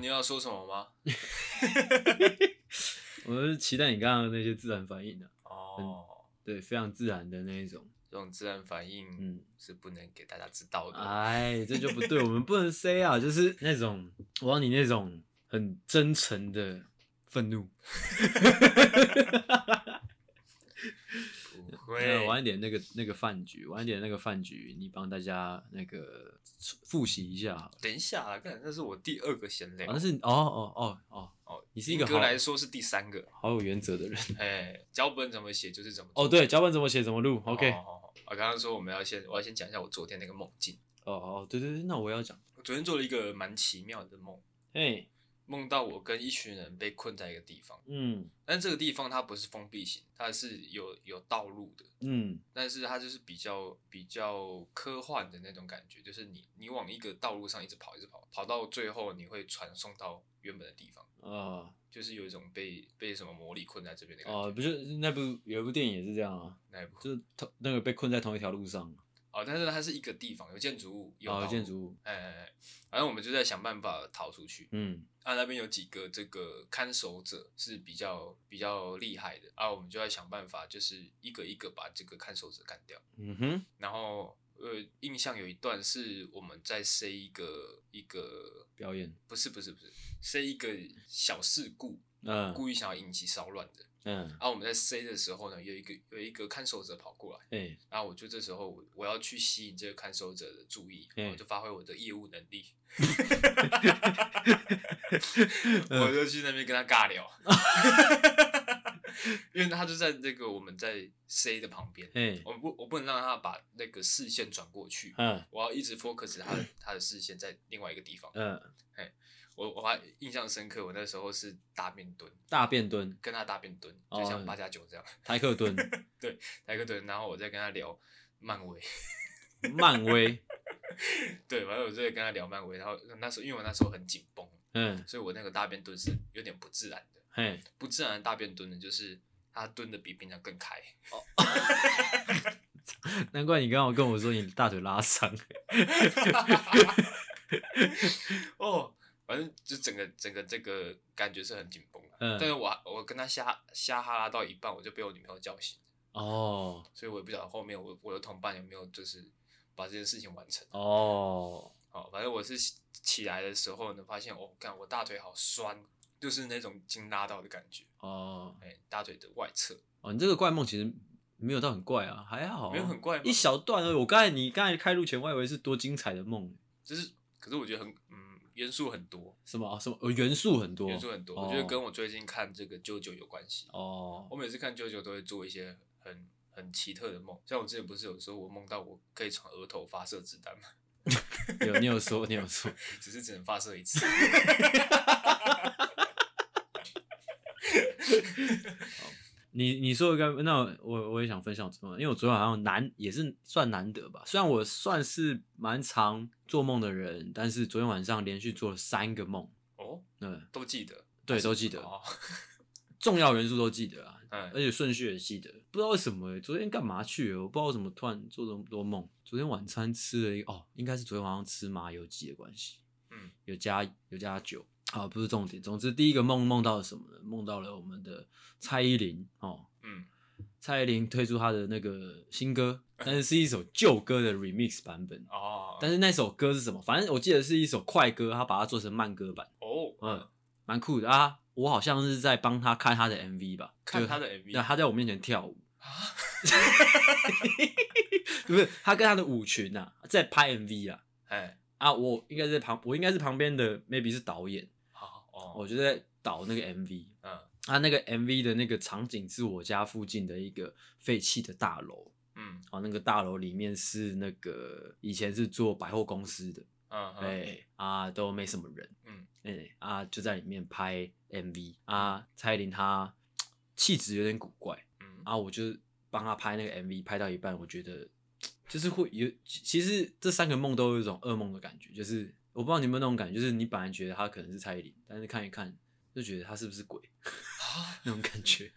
你要说什么吗？我是期待你刚刚的那些自然反应的、哦，对，非常自然的那一种。这种自然反应嗯，是不能给大家知道的。哎，这就不对，我们不能 say 啊，就是那种我要你那种很真诚的愤怒，不那会，晚一点那个那个饭局，晚一点那个饭局，你帮大家那个复习一下好了。等一下啦，看那是我第二个闲聊啊，那。是哦哦哦哦，哦，你是一个严格好来说是第三个。好有原则的人。哎，脚本怎么写就是怎么做。哦，对，脚本怎么写怎么录，OK。哦哦哦我刚刚说我们要先，我要先讲一下我昨天那个梦境。哦哦，对对对，那我要讲，我昨天做了一个蛮奇妙的梦，哎，梦到我跟一群人被困在一个地方，嗯但这个地方它不是封闭型，它是有有道路的，嗯但是它就是比较比较科幻的那种感觉，就是你你往一个道路上一直跑，一直跑，跑到最后你会传送到原本的地方，啊就是有一种被被什么魔力困在这边的感觉。哦，不是那部有一部电影也是这样啊，那一部就是同那个被困在同一条路上，哦，但是它是一个地方，有建筑物，有道啊，路建，筑物，哎哎哎，反正我们就在想办法逃出去。嗯啊，那边有几个这个看守者是比较比较厉害的啊，我们就在想办法，就是一个一个把这个看守者干掉。嗯哼，然后呃，印象有一段是我们在塞一个一个，表演，不是不是不是，塞一个小事故，嗯故意想要引起骚乱的。嗯，啊，我们在塞的时候呢，有一个有一个看守者跑过来，哎然后我就这时候我我要去吸引这个看守者的注意，嗯我就发挥我的业务能力， 我就去那边跟他尬聊，嗯 因为他就在那个我们在 C 的旁边，哎，我不我不能让他把那个视线转过去，嗯我要一直 focus 他的他的视线在另外一个地方。嗯，我我还印象深刻，我那时候是大便蹲，大便蹲，跟他大便蹲，哦就像八加九这样，台克蹲，来个蹲，然后我再跟他聊漫威。 漫威，对，完了我就在跟他聊漫威，然后那时候因为我那时候很紧绷，嗯所以我那个大便蹲是有点不自然的。嘿，不自然的大便蹲呢，就是他蹲的比平常更开，难怪你刚刚跟我说你大腿拉伤， 哦，反正就整个整个这个感觉是很紧绷的。嗯但是我我跟他瞎瞎哈拉到一半，我就被我女朋友叫醒，哦所以我也不晓得后面我我的同伴有没有就是把这件事情完成。哦，哦，反正我是起起来的时候呢，发现哦，看我大腿好酸，就是那种筋拉到的感觉，哦哎，大腿的外侧。哦，你这个怪梦其实没有到很怪啊，还好啊，没有很怪吗一小段而已。我刚才你刚才开录前，我还以为是多精彩的梦，就是，可是我觉得很，嗯，元素很多，什么什么呃元素很多，元素很多。哦我觉得跟我最近看这个《啾啾》有关系。我哦，每次看《啾啾》都会做一些很很奇特的梦，像我之前不是有说我梦到我可以从额头发射子弹吗？有你有说你有说，只是只能发射一次。你你说一个，那我我我也想分享我昨晚，因为我昨晚好像难也是算难得吧，虽然我算是蛮常做梦的人，但是昨天晚上连续做了三个梦，哦，嗯，都记得，对，都记得，哦，重要元素都记得啊，而嗯，且顺序也记得，不知道为什么、欸、昨天干嘛去了？我不知道怎么突然做这么多梦。昨天晚餐吃了一个哦，应该是昨天晚上吃麻油鸡的关系，嗯，有加有加酒啊，不是重点。总之第一个梦梦到了什么呢？梦到了我们的蔡依林哦，嗯，蔡依林推出她的那个新歌，但是是一首旧歌的 remix 版本。哦，但是那首歌是什么？反正我记得是一首快歌，她把它做成慢歌版，哦，嗯，蛮酷的啊。我好像是在帮她看她的 MV 吧，看就他的啊那 MV，他在我面前跳舞， 不是他跟他的舞群啊，在拍 MV 啊哎，啊，我应该在旁，我应该是旁边的，maybe 是导演，好，哦，我就在导那个 MV 嗯啊，那个 MV 的那个场景是我家附近的一个废弃的大楼，嗯啊，那个大楼里面是那个以前是做百货公司的，嗯，嗯，对啊，都没什么人，嗯哎、啊，就在里面拍 MV 啊，蔡依林她气质有点古怪。嗯，啊，我就帮他拍那个 MV，拍到一半，我觉得就是会有，其其实这三个梦都有一种噩梦的感觉，就是我不知道你有没有那种感觉，就是你本来觉得他可能是蔡依林，但是看一看就觉得他是不是鬼 那种感觉，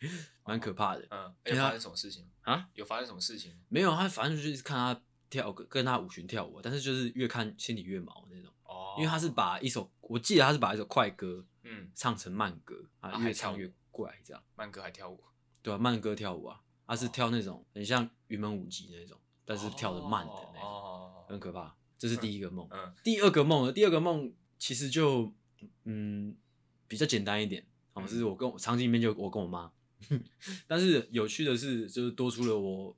蛮可怕的啊嗯，因为有他发生什么事情？啊。有发生什么事情？没有，他反正就是看他跳跟他舞群跳舞啊，但是就是越看心里越毛那种，哦，因为他是把一首我记得他是把一首快歌嗯，唱成慢歌啊，啊越还跳唱舞越怪这样。曼哥还跳舞，对啊，慢歌跳舞啊，他是哦跳那种很像云门舞集那种，但是跳的慢的那种，哦，很可怕。这是第一个梦。嗯第二个梦呢？第二个梦其实就嗯比较简单一点，好、嗯是我跟我场景里面就我跟我妈， 但是有趣的是，就是多出了我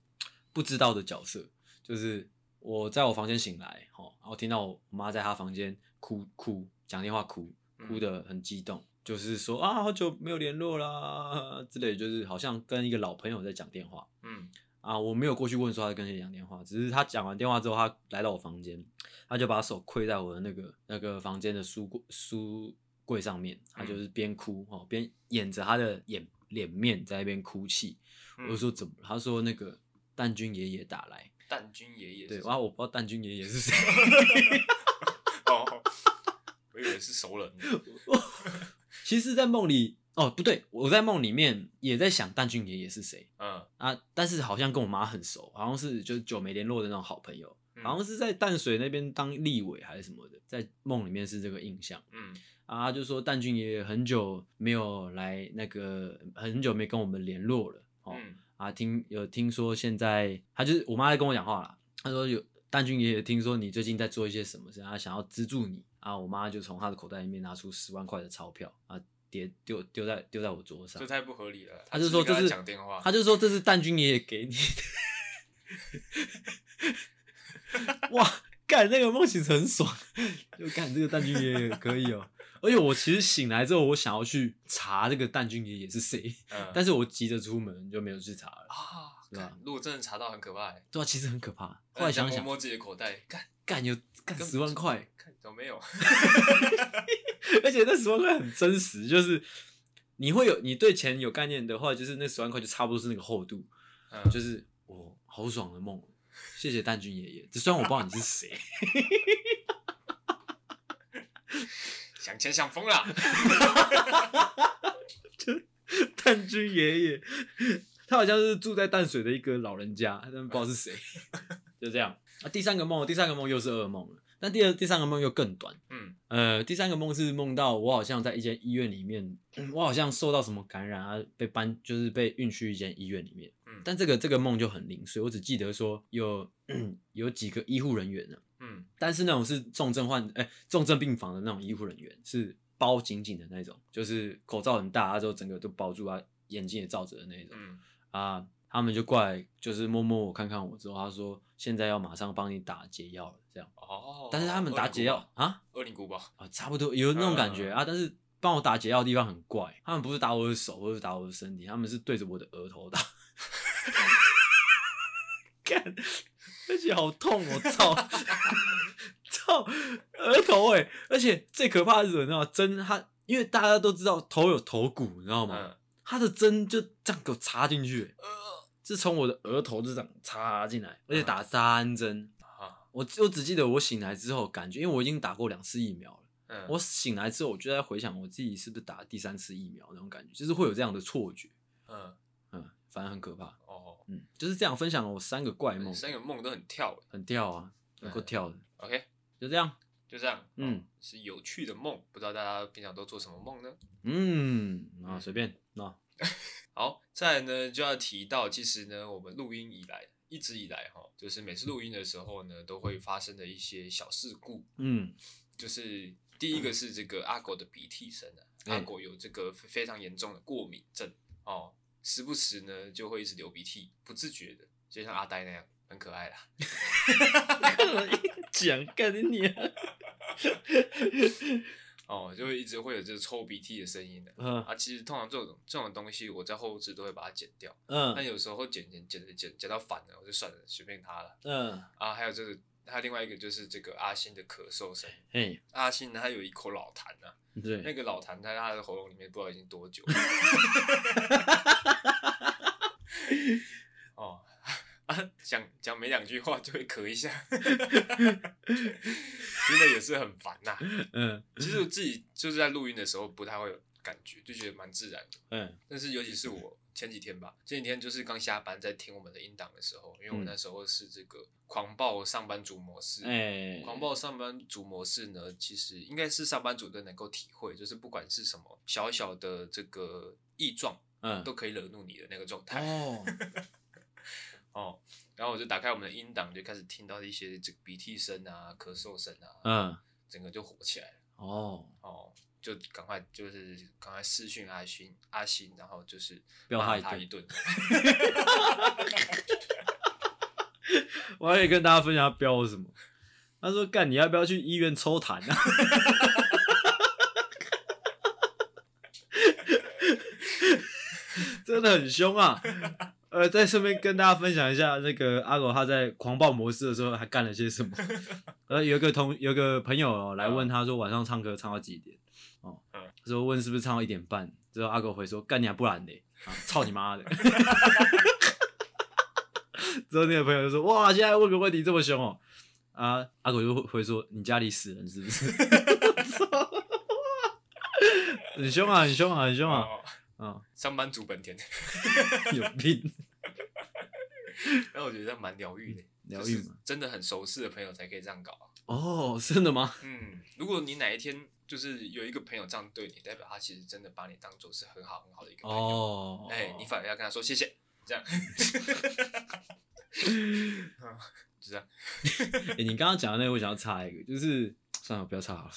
不知道的角色，就是我在我房间醒来，哦，然后听到我妈在她房间哭哭讲电话哭，嗯哭得很激动，就是说啊好久没有联络啦之类，就是好像跟一个老朋友在讲电话，嗯啊，我没有过去问说他在跟谁讲电话，只是他讲完电话之后，他来到我房间，他就把手跪在我的那个那个房间的书柜书柜上面，他嗯就是边哭哦边掩着他的眼脸面在那边哭泣。我嗯，就说怎么了？他说那个蛋君爷爷打来，蛋君爷爷对，是然后我不知道蛋君爷爷是谁， 哦，我以为是熟人，其实，在梦里哦不对，我在梦里面也在想蛋君爷爷是谁嗯，啊，但是好像跟我妈很熟，好像是就是久没联络的那种好朋友。嗯好像是在淡水那边当立委还是什么的，在梦里面是这个印象嗯啊，他就说蛋俊也很久没有来那个，很久没跟我们联络了哦、嗯啊，听有听说现在他就是我妈在跟我讲话啦，她说有蛋俊爷爷听说你最近在做一些什么事，他想要资助你啊，我妈就从她的口袋里面拿出十万块的钞票啊，叠丢丢在丢在我桌上这，太不合理了。他就说只这跟是他讲电话，他就说这是蛋君爷爷给你 的。哇，干那个梦其实很爽，就干这个蛋君爷爷可以哦、而且我其实醒来之后，我想要去查这个蛋君爷爷是谁，嗯，但是我急着出门就没有去查了。啊，是吧干如果真的查到，很可怕欸。嗯对啊，其实很可怕。后来想摸想，摸自己的口袋，干干有干十万块，，看有没有？而且那十万块很真实，就是你会有你对钱有概念的话，就是那十万块就差不多是那个厚度。嗯，就是我好爽的梦，谢谢蛋君爷爷。这虽然我不知道你是谁，想钱想疯 了。 蛋君爷爷，他好像是住在淡水的一个老人家，但不知道是谁。就这样啊，第三个梦，第三个梦又是噩梦了。但第二、第三个梦又更短。嗯呃，第三个梦是梦到我好像在一间医院里面，我好像受到什么感染啊，被搬就是被运去一间医院里面。嗯但这个这个梦就很零碎，我只记得说有 有几个医护人员呢、啊嗯但是那种是重症患，哎、重症病房的那种医护人员是包紧紧的那种，就是口罩很大，啊之后整个都包住啊，眼睛也罩着的那种、嗯啊。他们就过来，就是摸摸我，看看我之后，他说现在要马上帮你打解药了，这样。哦，但是他们打解药啊恶灵古堡，恶灵古堡，啊，差不多有那种感觉、嗯啊，但是。帮我打解药的地方很怪，他们不是打我的手，或者打我的身体，他们是对着我的额头打， 干，而且好痛哦， 操，操，额头哎，而且最可怕的是什么你知道吗？针它，因为大家都知道头有头骨，你知道吗？嗯它的针就这样给我插进去，欸呃是从我的额头就这样插进来，而且打三针。嗯啊我我只记得我醒来之后感觉，因为我已经打过两次疫苗了。嗯，我醒来之后，我就在回想我自己是不是打了第三次疫苗那种感觉，就是会有这样的错觉，嗯嗯，反正很可怕，哦，嗯，就是这样分享了我三个怪梦，三个梦都很跳欸。很跳啊，能够嗯跳的， OK，就这样，就这样。嗯哦，是有趣的梦，不知道大家平常都做什么梦呢？嗯啊，随便 啊，好，再来呢就要提到，其实呢，我们录音以来，一直以来哈，就是每次录音的时候呢，都会发生的一些小事故，嗯就是第一个是这个阿狗的鼻涕声啊，哎阿狗有这个非非常严重的过敏症哦，时不时呢就会一直流鼻涕，不自觉的，就像阿呆那样，很可爱啦。讲干你娘，哦，就会一直会有这个抽鼻涕的声音的。 嗯啊，其实通常这种这种东西，我在后置都会把它剪掉，但嗯有时候剪剪剪剪剪到烦了，我就算了，随便它了。嗯，啊，还有这个，还有另外一个就是这个阿信的咳嗽声。嘿，阿信呢，他有一口老痰啊，那对，个老痰在他的喉咙里面不知道已经多久了。 哦， 啊，讲讲没两句话就会咳一下，真的也是很烦呐、嗯其实我自己就是在录音的时候不太会有感觉，就觉得蛮自然的。嗯但是尤其是我前几天吧，前几天就是刚下班在听我们的音档的时候，因为我那时候是这个狂暴上班族模式，嗯哎、狂暴上班族模式呢，其实应该是上班族都能够体会，就是不管是什么小小的这个异状，嗯都可以惹怒你的那个状态。哦，哦，然后我就打开我们的音档，就开始听到一些这个鼻涕声啊、咳嗽声啊，嗯整个就火起来了。 哦，哦，就赶快就是赶快私讯阿勋阿信，然后就是彪他骂一他顿一顿。我还可以跟大家分享他标了什么。他说：“干，你要不要去医院抽痰啊？” 真的很凶啊！呃，在顺便跟大家分享一下，那个阿狗他在狂暴模式的时候还干了些什么。呃，有一个同有一个朋友哦、来问他说，晚上唱歌唱到几点？哦嗯，说问是不是唱到一点半？之后阿狗回说：“干你啊，不然嘞，啊，操你妈的！”之后那个朋友就说：“哇，现在问个问题这么凶哦、啊，阿狗就会会说：“你家里死人是 不是？”很凶啊，很凶啊，很凶啊！哦，啊，上班族本田， 有病！然后我觉得这样蛮疗愈的，嗯疗就是愈 嘛真的很熟识的朋友才可以这样搞啊、哦，真的吗？嗯，如果你哪一天就是有一个朋友这样对你，代表他其实真的把你当做是很好很好的一个朋友。哦，哎、你反而要跟他说谢谢，这 样。嗯就这样。哎你刚刚讲的那个，我想要插一个，就是算了，不要插好 了。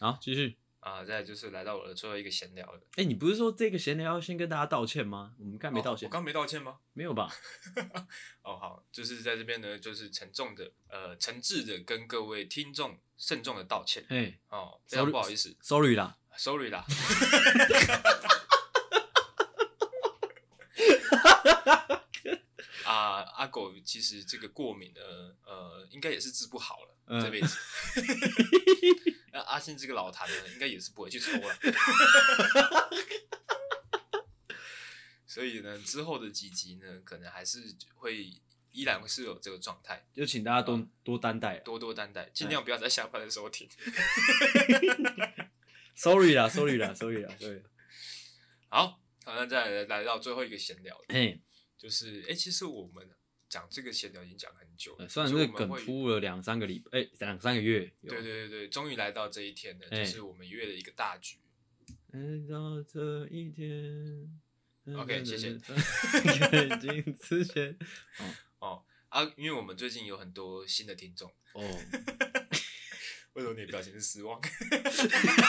好，继续。啊，再来就是来到我的最后一个闲聊了。哎、你不是说这个闲聊要先跟大家道歉吗？我们刚才没道歉，哦我刚没道歉吗？没有吧？哦，好，就是在这边呢，就是沉重的，呃，诚挚的跟各位听众慎重的道歉哎、哦，非常 Sorry- 不好意思 s o r r y 啦， ，sorry 啦。啊，阿狗其实这个过敏呢，呃，应该也是治不好了，嗯这辈子。那阿信这个老痰呢，应该也是不会去抽了。所以呢，之后的几集呢，可能还是会依然会是有这个状态。就请大家哦多多担待啊。多多担待，尽量不要在下班的时候听。 Sorry 啦，Sorry 啦，Sorry 啦，Sorry 啦。 好，好，那再来来到最后一个闲聊，哎、就是哎、诶其实我们讲这个闲聊已经讲很久了，呃虽然这所个以我梗们会铺了两三个礼拜，哎、两三个月有。对对对对，终于来到这一天了，就哎是我们约了一个大局。来到这一天。 OK，谢谢。 眼睛之前，啊，因为我们最近有很多新的听众，哦，为什么你的表情是失望？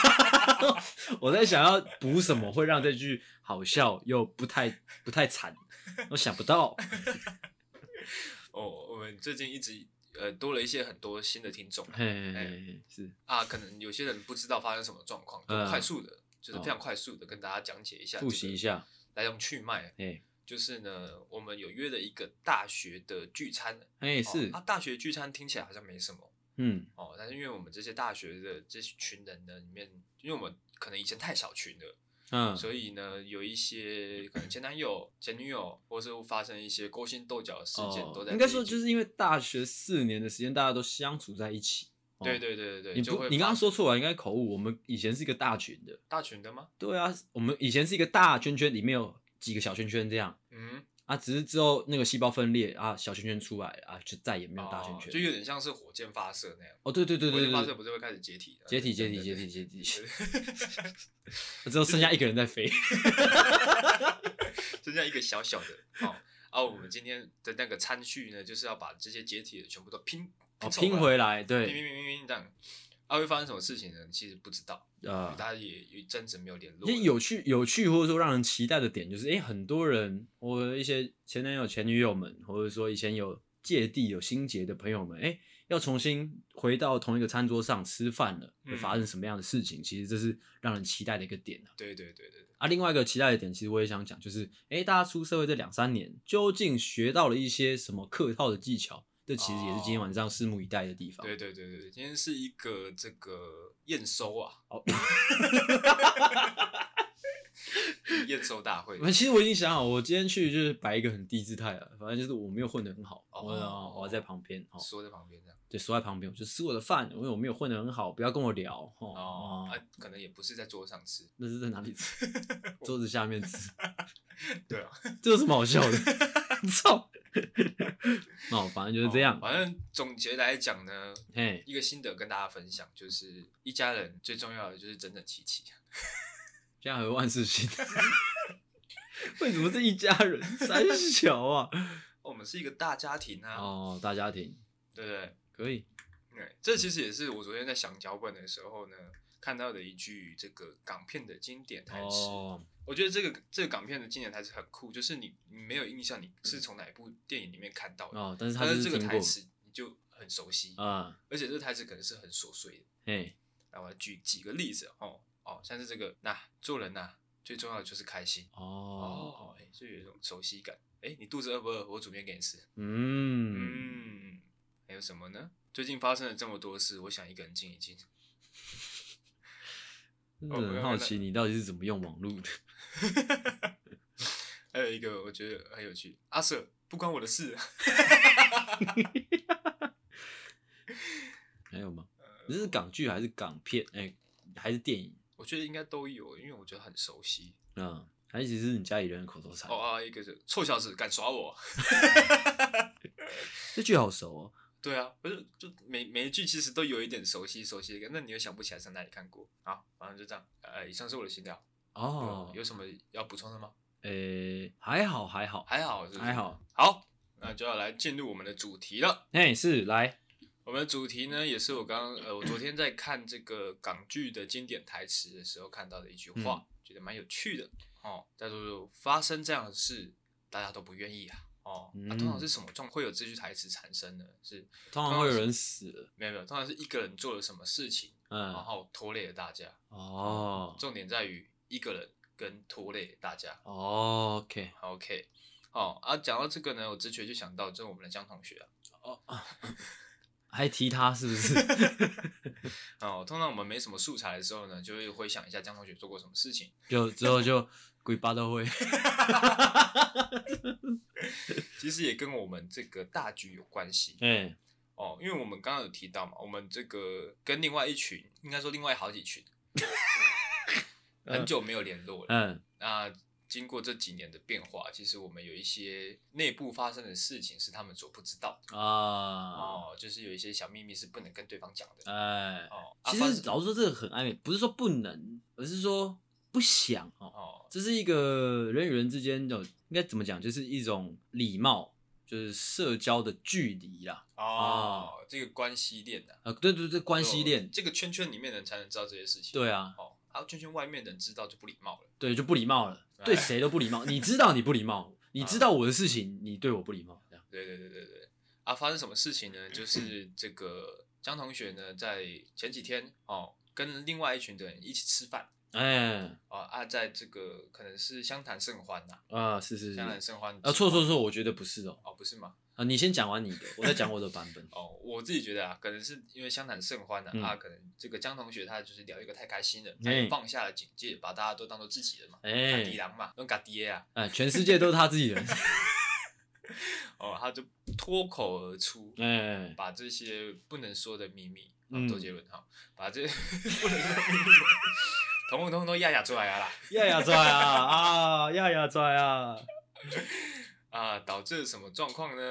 我在想要补什么会让这句好笑又不太不太惨，我想不到。哦，我们最近一直呃多了一些很多新的听众嘿嘿嘿嘿，是，啊，可能有些人不知道发生什么状况，就嗯快速的，就是非哦常快速的跟大家讲解一下，复习一下，来龙去脉。哎就是呢，我们有约了一个大学的聚餐，哎也是啊，，大学聚餐听起来好像没什么嗯哦，但是因为我们这些大学的这群人呢，里面，因为我们可能以前太小群了，嗯，所以呢，有一些可能前男友、前女友，或是发生一些勾心斗角的事件，都哦，在应该这一说集就是因为大学四年的时间，大家都相处在一起。哦对，对对对对，你就不会，你刚发刚说错了，应该口误。我们以前是一个大群的，大群的吗？对啊，我们以前是一个大圈圈，里面有几个小圈圈这样嗯，啊，只是之后那个细胞分裂啊，小圈圈出来了啊，就再也没有大圈哦就圈。有点像是火箭发射那样，哦，对对对火对箭发射对，不是会开始解体的？解体解对对体解对体解体，对 之后剩下一个人 在飞。就这样一个小小的哦。啊，我们今天的那个餐序呢，就是要把这些解体的全部都拼 哦，凑拼回来，来，拼拼对，拼拼拼这样。啊，会发生什么事情呢？其实不知道，呃，大家也有一阵子没有联络了。也有趣有趣或者说让人期待的点就是，诶，很多人或者一些前男友前女友们，或者说以前有芥蒂有心结的朋友们，诶，要重新回到同一个餐桌上吃饭了，会发生什么样的事情？其实这是让人期待的一个点啊。对对对对对，啊，另外一个期待的点，其实我也想讲，就是诶，大家出社会这两三年，究竟学到了一些什么客套的技巧？这其实也是今天晚上拭目以待的地方。对对对对对，今天是一个这个验收啊，，哦 验收大会我其实我已经想好，我今天去就是摆一个很低姿态了，反正就是我没有混得很好，哦我要我要在旁边哦，缩在旁边这样。对，缩在旁边，我就吃我的饭，因为我没有混得很好，不要跟我聊哦。哦哦，啊，可能也不是在桌上吃，那是在哪 里吃？桌子下面吃，对啊， 这有什么好笑的？ 操！哦，反正就是这样哦。反正总结来讲呢，嘿，一个心得跟大家分享，就是一家人最重要的就是整整齐啊齐。家和万事兴。 为什么是一家人？三小 啊！我们是一个大家庭啊，哦，大家庭对不对？可以。对，这其实也是我昨天在想脚本的时候呢，看到的一句这个港片的经典台词。哦，我觉得这个这个港片的经典台词很酷，就是你你没有印象你是从哪一部电影里面看到的，哦，但是他但就是是这个听台过词你就很熟悉，啊，而且这个台词可能是很琐碎的。嘿，那我来举几个例子哦哦，像是这个，那做人呐、最重要的就是开心哦，哦，哎、就有一种熟悉感。哎，你肚子饿不饿？我煮面给你吃。嗯，嗯，还有什么呢？最近发生了这么多事，我想一个人静一静。嗯真的很好奇你到底是怎么用网络的。还有一个我觉得很有趣，阿 Sir 不关我的事。 还有吗？呃你是港剧还是港片？哎、还是电影？我觉得应该都有，因为我觉得很熟悉。嗯，还是其实你家里人的口头禅？哦啊，一个是臭小子敢耍我。 这句好熟哦。对啊，不是，就每每一句其实都有一点熟悉，熟悉的感觉。那你又想不起来在哪里看过？好，反正就这样。呃，以上是我的闲聊。哦对，啊有什么要补充的吗？呃、还好还好还好是不是还。好。好，那就要来进入我们的主题了。哎、是来我们的主题呢，也是我刚刚呃，我昨天在看这个港剧的经典台词的时候看到的一句嗯话，觉得蛮有趣的哦。叫做发生这样的事，大家都不愿意啊。哦，那、通嗯常是什么状会有这句台词产生呢？是通常会有人死了。没有没有，通常是一个人做了什么事情，然嗯，后拖累了大家。哦重点在于一个人跟拖累大家。哦，OK， OK，哦啊，讲到这个呢，我直觉就想到就是我们的江同学啊。还提他是不是？ 哦，通常我们没什么素材的时候呢，就会回想一下江同学做过什么事情。就之后就鬼巴都会。其实也跟我们这个大局有关系哎、哦，因为我们刚刚有提到嘛，我们这个跟另外一群，应该说另外好几 群，很久没有联络了。嗯，那经过这几年的变化，其实我们有一些内部发生的事情是他们所不知道的。啊，哦，就是有一些小秘密是不能跟对方讲的。哎、哦，啊其发实生老实说，这个很暧昧，不是说不能，而是说不想哦。哦，这是一个人与人之间的，应该怎么讲，就是一种礼貌，就是社交的距离啦。哦，这个关系链呐、啊，啊，对对对，关系链，这个圈圈里面的人才能知道这些事情。对啊，哦，啊，圈圈外面的人知道就不礼貌了。对就不礼貌了，哎对谁都不礼貌。你知道你不礼 啊貌，你知道我的事情，你对我不礼貌，这样。对对对对对，啊，发生什么事情呢？ 就是这个江同学呢，在前几天哦，跟另外一群的人一起吃饭哎，哦啊，在这个可能是相谈甚欢呐、啊，是是是，相谈啊，甚欢。错错错，我觉得不是哦。哦，不是吗？。啊，你先讲完你的，我再讲我的版本 哦，我自己觉得啊，可能是因为相谈甚欢呐、啊，嗯可能这个江同学他就是聊一个太开心了，他哎也放下了警戒，把大家都当做自己人嘛，嘎迪哎，狼嘛，用嘎爹啊，哎，全世界都是他自己人。 哦，他就脱口而出，哎，把这些不能说的秘密，嗯啊、周杰伦哈，把这 不能说的秘密，统统统统都压压出来啊啦，亚亚拽啊啊，亚亚拽啊。啊，导致了什么状况呢？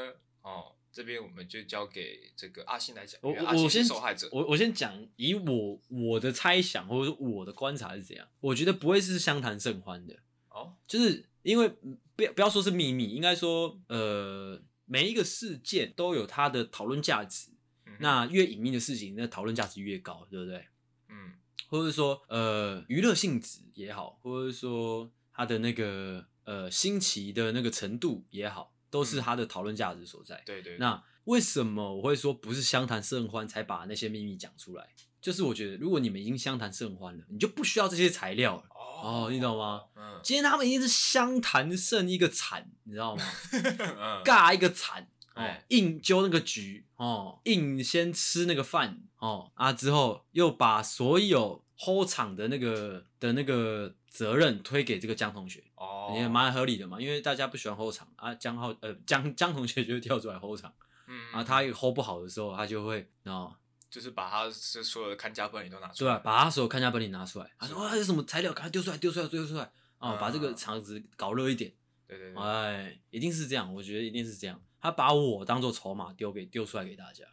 哦，这边我们就交给这个阿信来讲，我因为阿信我先是受害者， 我我先讲，以我我的猜想或者是我的观察是怎样，我觉得不会是相谈甚欢的，哦，就是因为嗯不要不要说是秘密，应该说呃每一个事件都有它的讨论价值，嗯哼那越隐秘的事情，那讨论价值越高，对不对？嗯，或者说呃娱乐性质也好，或者说它的那个呃新奇的那个程度也好，都是它的讨论价值所在。对对，对那为什么我会说不是相谈甚欢才把那些秘密讲出来？就是我觉得，如果你们已经相谈甚欢了，你就不需要这些材料了。哦哦，你懂吗？ 嗯今天他们一定是相谈甚一个惨，你知道吗？ 嗯，尬一个惨哦哎，硬揪那个局哦，硬先吃那个饭哦啊，之后又把所有后场的那个的那个责任推给这个江同学，哦，也蛮合理的嘛，因为大家不喜欢后场啊，江浩呃江江同学就会跳出来后场，嗯，啊，他 hold 不好的时候，他就会啊，就是把他这所有的看家本领都拿出对来，吧？把他所有看家本领拿出来，他是说啊，有什么材料，赶快丢出来，丢出来，丢出来啊，嗯把这个场子搞热一点，对对对，哎，一定是这样，我觉得一定是这样，他把我当做筹码丢给丢出来给大家。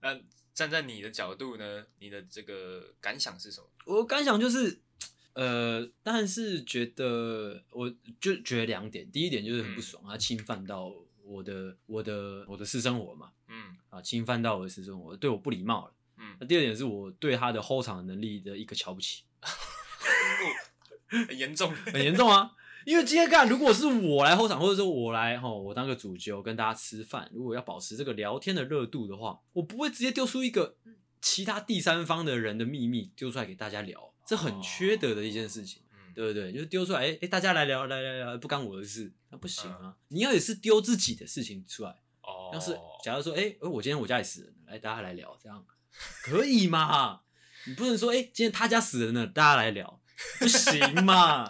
那站在你的角度呢，你的这个感想是什么？我感想就是，呃，但是觉得我就觉得两点，第一点就是很不爽，他侵犯到我的我的我的私生活嘛，嗯啊，侵犯到我的私生活，对我不礼貌了。嗯，那第二点是我对他的后场能力的一个瞧不起，呃很严 重，很严重啊。因为今天干，如果是我来后场，或者说我来吼，我当个主揪跟大家吃饭，如果要保持这个聊天的热度的话，我不会直接丢出一个其他第三方的人的秘密丢出来给大家聊，这很缺德的一件事情。嗯，对不对？就丢出来，哎、哎，大家来聊，来来聊，不干我的事，那不行啊！你要也是丢自己的事情出来，哦，要是假如说，哎、哎我今天我家里死人了，来大家来聊，这样可以嘛？你不能说，哎、今天他家死人了，大家来聊，不行嘛？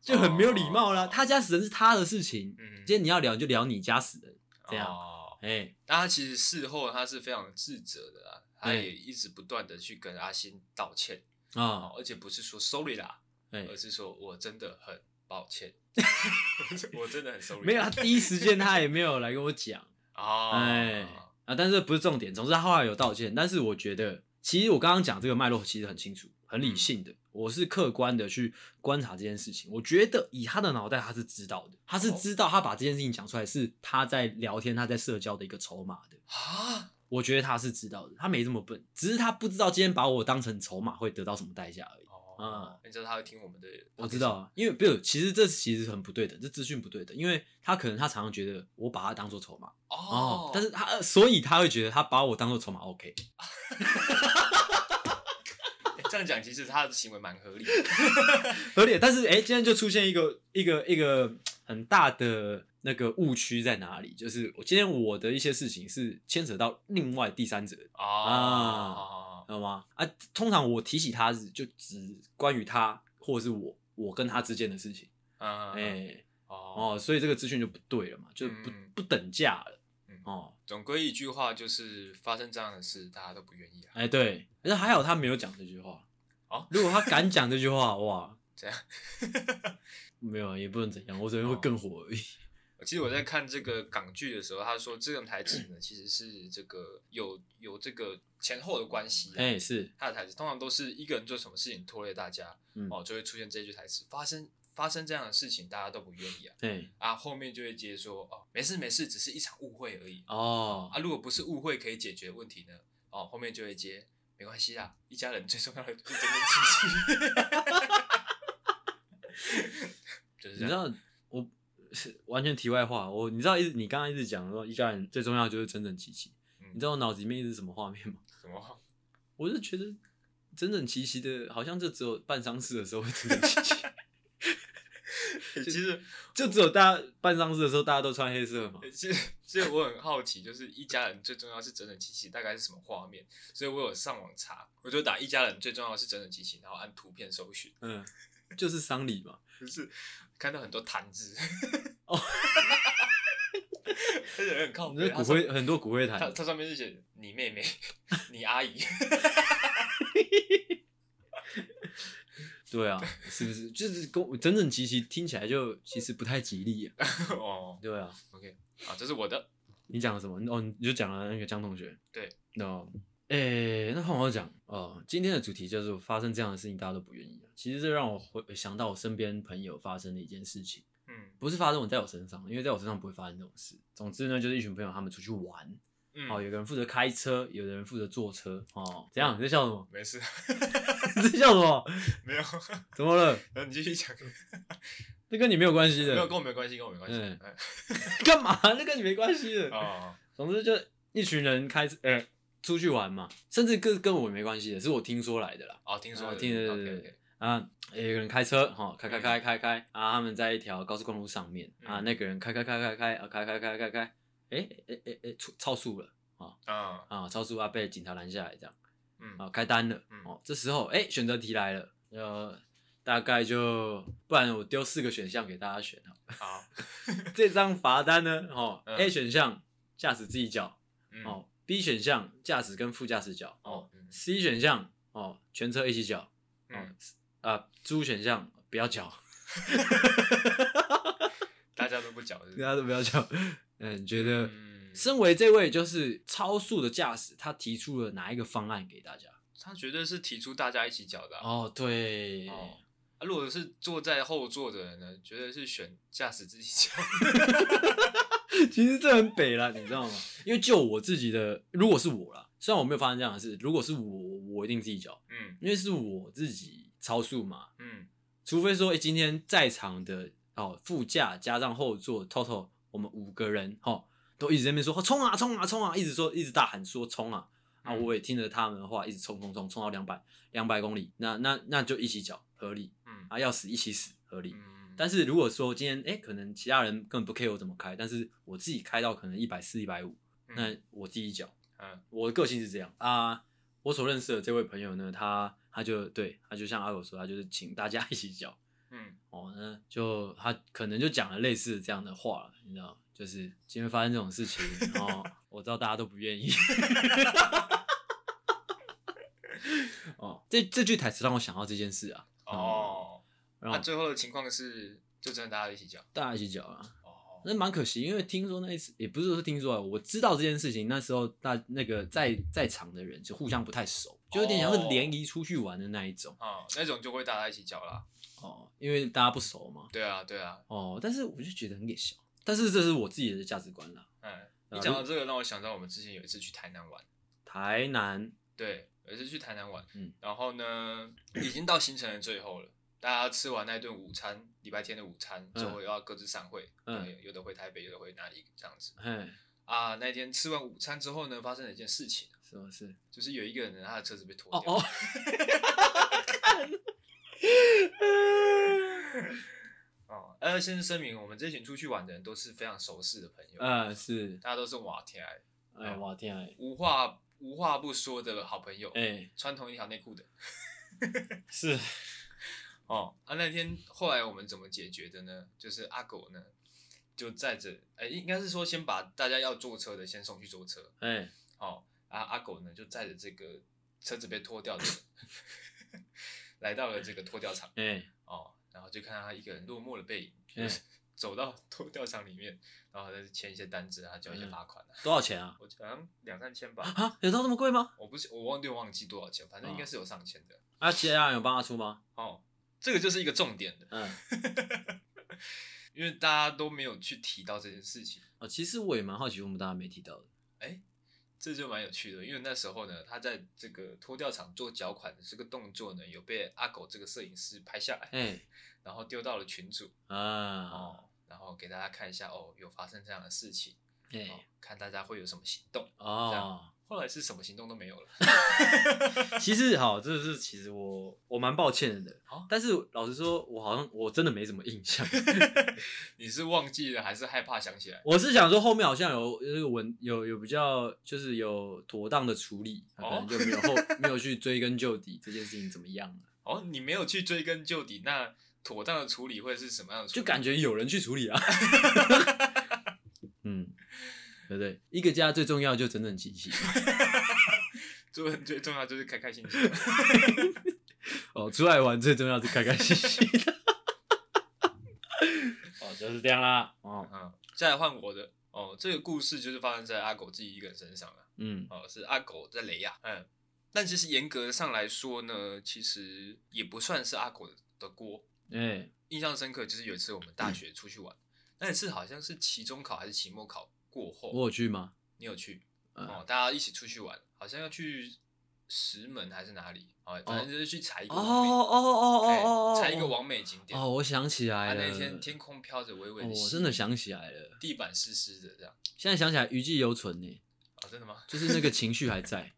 就很没有礼貌啦。哦他家死人是他的事情，嗯，今天你要聊你就聊你家死人，这样哦哎、但他其实事后他是非常自责的啦，他对也一直不断的去跟阿星道歉，啊哦，，而且不是说 sorry 啦，哎、而是说我真的很抱 歉，我真的很 sorry，没有，他第一时间他也没有来跟我讲。哦，哎啊，但是不是重点，总之他后来有道歉。但是我觉得，其实我刚刚讲这个脉络其实很清楚，很嗯理性的，我是客观的去观察这件事情。我觉得以他的脑袋，他是知道的，他哦是知道他把这件事情讲出来是他在聊天，他在社交的一个筹码的。啊，我觉得他是知道的，他没这么笨，只是他不知道今天把我当成筹码会得到什么代价而已。哦，你知道他会听我们的，我知道，啊，因为不是，其实这其实很不对的，这资讯不对的，因为他可能他常常觉得我把他当做筹码，哦哦，，但是他呃所以他会觉得他把我当做筹码 OK，哎这样讲，其实他的行为蛮合理 的，合理。但是哎、诶今天就出现一个一个一个很大的那个误区在哪里？就是我今天我的一些事情是牵扯到另外第三者的，哦，知道吗？啊，通常我提起他是就只关于他或者是我我跟他之间的事情，嗯，哎、哎，哦，哦，所以这个资讯就不对了嘛，就不、嗯不等价了嗯，哦，总归一句话就是，发生这样的事，大家都不愿意啊， 哎、对，可是还好他没有讲这句话。哦如果他敢讲这句话，哇，这样。没有啊，也不能怎样，我只能会更火而已。哦其实我在看这个港剧的时候，他说这种台词呢，其实是这个有有这个前后的关系、啊哎、是，他的台词通常都是一个人做什么事情拖累大家，嗯哦，就会出现这句台词。发生发生这样的事情，大家都不愿意啊哎、啊，后面就会接说哦，没事没事，只是一场误会而已哦，啊。如果不是误会可以解决问题呢，哦，后面就会接没关系啦，一家人最重要的就是这件事情。 就是你这知样，道我是完全题外话，我你知道一直你刚刚一直讲说一家人最重要就是整整齐齐，你你知道我脑子里面一直什么画面吗？什 么？我就觉得整整齐齐的，好像就只有办丧事的时候会整整齐 齐，其实就只有大家办丧事的时候大家都穿黑色嘛。欸其实，其实我很好奇，就是一家人最重要是整整齐齐，大概是什么画面？所以我有上网查，我就打一家人最重要是整整齐齐，然后按图片搜寻，嗯，就是丧礼嘛。就是看到很多坛子，哦， 而且很靠那北，骨灰很多骨灰哦它上，它坛，它上面是写你妹 妹、你阿姨，对啊，是不是？ 就是公整整齐齐听起来就其实不太吉利、 啊。哦对啊， ，OK，啊，这是我的，你讲了什么？哦，你就讲了那个江同学。对，那诶、那换我讲哦、今天的主题就是发生这样的事情，大家都不愿意啊。其实这让我回想到我身边朋友发生的一件事情，嗯不是发生我在我身上，因为在我身上不会发生这种事。总之呢，就是一群朋友他们出去玩，嗯，哦，有个人负责开车，有的人负责坐车，哦，怎样？你在笑什么？ 没事， 你在笑什么？没有，怎么了？然后你继续讲，这跟你没有关系没的，有跟我没关系，跟我没关系，嗯嗯干嘛？这跟你没关系的。哦，总之就一群人开始，呃，出去玩嘛，甚至跟跟我没关系的，是我听说来的啦。哦，听说啊了，听了 OK，OK 对对对啊，有个人开车，哈、开开开开开，啊，他们在一条高速公路上面，啊，嗯那个人开开开开开，啊，开开开开开，哎哎哎哎，诶超超速了嗯啊啊，超速啊，被警察拦下来这样，嗯啊，开单了嗯哦，这时候哎、选择题来了，呃，大概就不然我丢四个选项给大家选哈。好，这张罚单呢，哦、嗯 a 选项驾驶自己缴，嗯，哦，B 选项驾驶跟副驾驶缴，哦哦嗯，C 选项哦全车一起缴，嗯，啊猪选项不要缴，大家都不讲，是不大是家都不要缴。嗯，你觉得嗯，身为这位就是超速的驾驶，他提出了哪一个方案给大家？他绝对是提出大家一起缴的啊。哦，嗯对，哦啊如果是坐在后座的人呢，绝对是选驾驶自己缴。其实这很北啦，你知道吗？ 因为就我自己的，如果是我啦，虽然我没有发生这样的事，如果是我，我一定自己缴，嗯因为是我自己超速嘛，嗯除非说，哎、今天在场的哦，副驾加上后座，total 我们五个人哦，都一直在那边说哦冲啊冲啊冲啊，一直说一直大喊说冲啊啊！嗯我也听着他们的话，一直冲冲冲冲到两百两百公里，那那那就一起缴合理嗯啊，要死一起死合理。嗯，但是如果说今天哎、诶可能其他人根本不 care 我怎么开，但是我自己开到可能一百四、一百五，嗯那我自己缴。嗯我的个性是这样啊。我所认识的这位朋友呢，他他就对他就像阿狗说，他就是请大家一起缴。嗯哦，那就他可能就讲了类似这样的话了，你知道，就是今天发生这种事情，然后我知道大家都不愿意。哦，这这句台词让我想到这件事啊，哦，然那后最后的情况是，就真的大家一起缴。大家一起讲啊，哦，那蛮可惜，因为听说那一次也不是说听说啊，我知道这件事情，那时候大那个在在场的人就互相不太熟，就有点像是联谊出去玩的那一种哦，那种就会大家一起缴啦。哦，因为大家不熟嘛，对啊，对啊，哦，但是我就觉得很给笑，但是这是我自己的价值观啦。嗯，啊你讲到如这个，让我想到我们之前有一次去台南玩。台南对，有一次去台南玩，嗯然后呢，已经到行程的最后了，大家吃完那顿午餐，礼拜天的午餐之后要各自散会，嗯有有的回台北，有的回哪里这样子嘿，啊。那天吃完午餐之后呢，发生了一件事情，什么事？就是有一个人呢他的车子被拖哦掉，哦， 哦，呃，先声明，我们这群出去玩的人都是非常熟识的朋友，呃，是，大家都是瓦天癌，哎，我天啊，无话无话不说的好朋友，哎，穿同一条内裤的。 是，哦，啊，那天后来我们怎么解决的呢？就是阿狗呢，就载着，哎、应该是说先把大家要坐车的先送去坐车，哎，哦，啊，阿狗呢就载着这个车子被拖掉的人， 来到了这个拖吊场，哎，哦，然后就看到他一个人落寞的背影，嗯 走到拖吊场里面，然后再签一些单子啊，交一些罚款啊，多少钱啊？我好像两三千吧，啊，有到这么贵吗？我不是我忘记忘记多少钱，反正应该是有上千的，啊，其他人有帮他出吗？哦，这个就是一个重点的。嗯，因为大家都没有去提到这件事情，哦，其实我也蛮好奇，我们大家没提到的。这就蛮有趣的。因为那时候呢，他在这个脱掉场做缴款的这个动作呢，有被阿狗这个摄影师拍下来，哎，然后丢到了群组啊，哦，然后给大家看一下哦，有发生这样的事情，哦哎，，看大家会有什么行动。这哦样。后来是什么行动都没有了。 其实好，这是其实我我蛮抱歉的好，但是老实说，我好像我真的没什么印象。 你是忘记了还是害怕想起来？我是想说后面好像有那个文有有比较就是有妥当的处理，可哦能就没有后没有去追根究底这件事情怎么样了，哦，你没有去追根究底，那妥当的处理会是什么样的处理？就感觉有人去处理啊。 嗯，对不对？一个家最重要就整整齐 齐最最重要就是开开心心。哦，出来玩最重要是开开心心的。 哦，就是这样啦。哦，嗯，再来换我的哦，这个故事就是发生在阿狗自己一个人身上了。嗯，哦，是阿狗在雷亚。嗯，但其实严格上来说呢，其实也不算是阿狗的的锅。哎、印象深刻就是有一次我们嗯大学出去玩，那一次好像是期中考还是期末考过后，我有去吗？你有去嗯哦，大家一起出去玩，好像要去石门还是哪里啊、哦？反正就是去踩一个哦完哦美，哦哦哎哦哦，踩一个完美景点。哦，我想起来啊，了，那天天空飘着微微哦的我细雨，真的想起来了，地板湿湿的这样现在想起来余悸犹存呢，啊、真的吗？就是那个情绪还 在。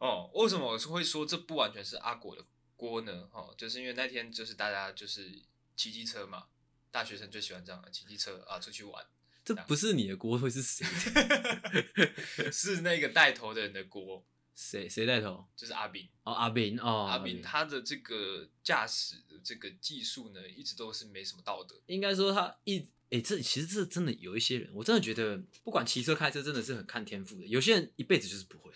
哦，为什么我是会说这不完全是阿果的锅呢？哦，就是因为那天就是大家就是骑机车嘛，大学生最喜欢这样的骑机车啊，出去玩，这不是你的锅会是谁的？ 是那个带头的人的锅谁谁带头？就是阿炳。哦，阿炳哦，阿炳他的这个驾驶的这个技术呢，一直都是没什么道德。应该说他一诶、这其实这真的有一些人，我真的觉得不管骑车开车真的是很看天赋的，有些人一辈子就是不会。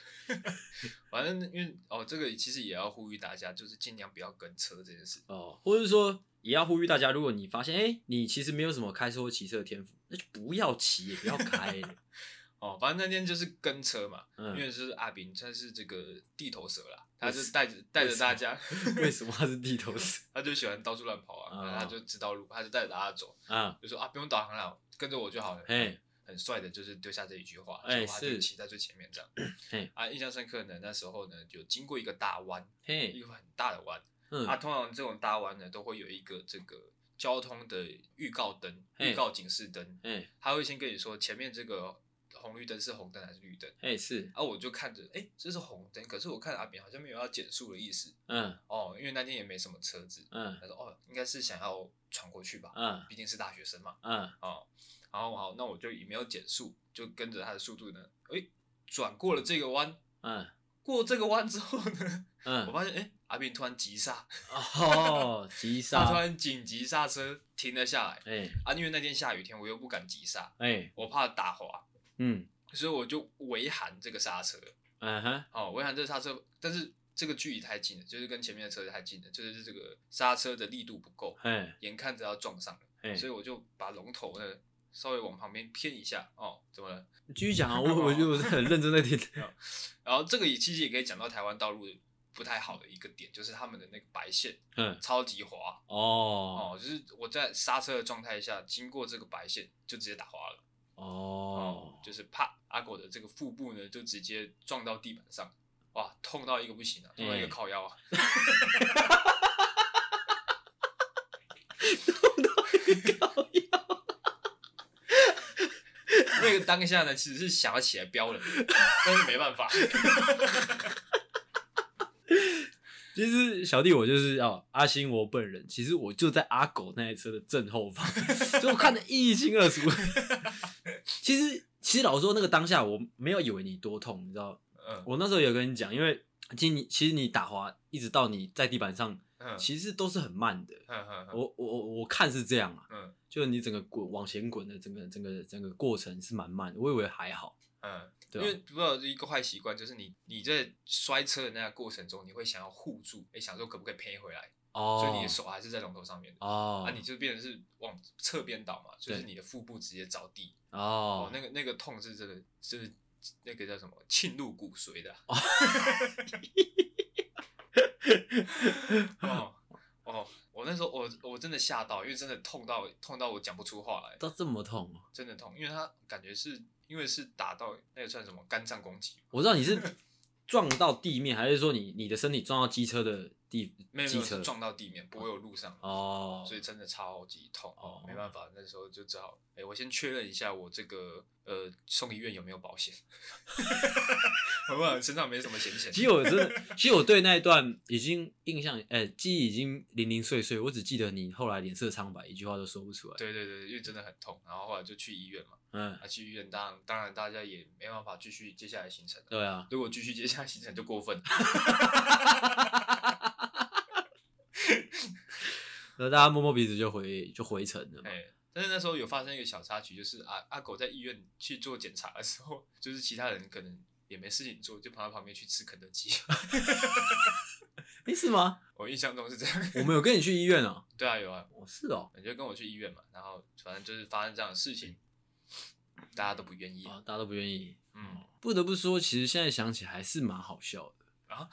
反正因为哦，这个其实也要呼吁大家，就是尽量不要跟车这件事。哦，或者说也要呼吁大家，如果你发现哎、诶你其实没有什么开车或骑车的天赋，那就不要骑，也不要开。 哦，反正那天就是跟车嘛，因嗯，为就是阿炳他是这个地头蛇啦，他是带着带着大家，为什么他是地头蛇 他就喜欢到处乱跑啊，啊然后他就知道路，他就带着大家走，啊？就说啊不用导航了，跟着我就好了。嘿，很帅的，就是丢下这一句话，哎嗯然后他就是骑在最前面这样嘿。啊，印象深刻呢，那时候呢有经过一个大弯，一嘿，个很大的弯。嗯，啊，通常这种大弯呢，都会有一个这个交通的预告灯、嘿预告警示灯，嘿，他会先跟你说前面这个红绿灯是红灯还是绿灯。嘿是，啊，我就看着，哎、这是红灯，可是我看阿扁好像没有要减速的意思嗯哦，因为那天也没什么车子。嗯他说，哦，应该是想要闯过去吧，嗯毕竟是大学生嘛。嗯，哦，然后好，那我就也没有减速，就跟着他的速度呢，哎、转过了这个弯，嗯过这个弯之后呢，我嗯，发现，哎、阿扁突然急刹。哦，急他啊突刹，然紧急刹车，停了下来哎啊！因为那天下雨天，我又不敢急刹，哎，我怕打滑，嗯所以我就微含这个刹车。嗯哼，哦，微含这个刹车，但是这个距离太近了，就是跟前面的车太近了，就是这个刹车的力度不够，嘿眼看着要撞上了，嘿，所以我就把龙头呢稍微往旁边偏一下。哦，怎么了？你继 续讲啊，我我哦就我是很认真在听。然后这个也其实也可以讲到台湾道路不太好的一个点，就是他们的那个白线嗯，超级滑。哦哦，就是我在刹车的状态下经过这个白线，就直接打滑了。哦，就是啪，阿狗的这个腹部呢就直接撞到地板上，哇，痛到一个不行啊，痛到一个嗯靠腰啊， 那个当下呢其实是想要起来飙人的，但是没办法，其实小弟我就是哦，阿星我本人，其实我就在阿狗那台车的正后方， 所以我看得一清 二楚。其实其实老实说，那个当下我没有以为你多痛，你知道，嗯我那时候有跟你讲，因为其实你其实你打滑一直到你在地板上，嗯其实都是很慢的。嗯嗯嗯我我我我看是这样啊，嗯就你整个滚往前滚的整个整个整个过程是蛮慢的，我以为还好，嗯，因对啊吧、为不知道一个坏习惯就是你你在摔车的那个过程中，你会想要护住，哎，想说可不可以偏回来，哦，所以你的手还是在龙头上面的。哦，啊，你就变成是往侧边倒嘛，就是对你的腹部直接着地，哦哦，，那个那个痛是真的，就是那个叫什么沁入骨髓的啊、 哦哦，我那时候我我真的吓到，因为真的痛到痛到我讲不出话来，到这么痛哦、真的痛，因为他感觉是因为是打到那个算什么肝脏攻击，我知道你是 撞到地面，还是说你你的身体撞到机车的地没有没机有车是撞到地面，不会有路上。哦，所以真的超级痛哦哦，没办法，那时候就只好，哎、我先确认一下我这个呃送医院有没有保险， 好不好？身上没什么闲钱。其实我真的，其实我对那一段已经印象，呃、记忆已经零零碎碎，我只记得你后来脸色苍白，一句话都说不出来。对对对，因为真的很痛，然后后来就去医院嘛，嗯，啊，去医院当当然大家也没办法继续接下来行程了，对啊，如果继续接下来行程就过分，那大家摸摸鼻子就回就回城了嘛哎、。但是那时候有发生一个小插曲，就是阿阿狗在医院去做检查的时候， 就是其他人可能也没事情做，就跑到旁边去吃肯德基。 诶、是吗？我印象中是这样。 我们有跟你去医院哦、对啊，有啊，哦，是哦、你就跟我去医院嘛，然后反正就是发生这样的事情，大家都不愿意。啊，大家都不愿意。哦嗯，不得不说，其实现在想起还是蛮好笑的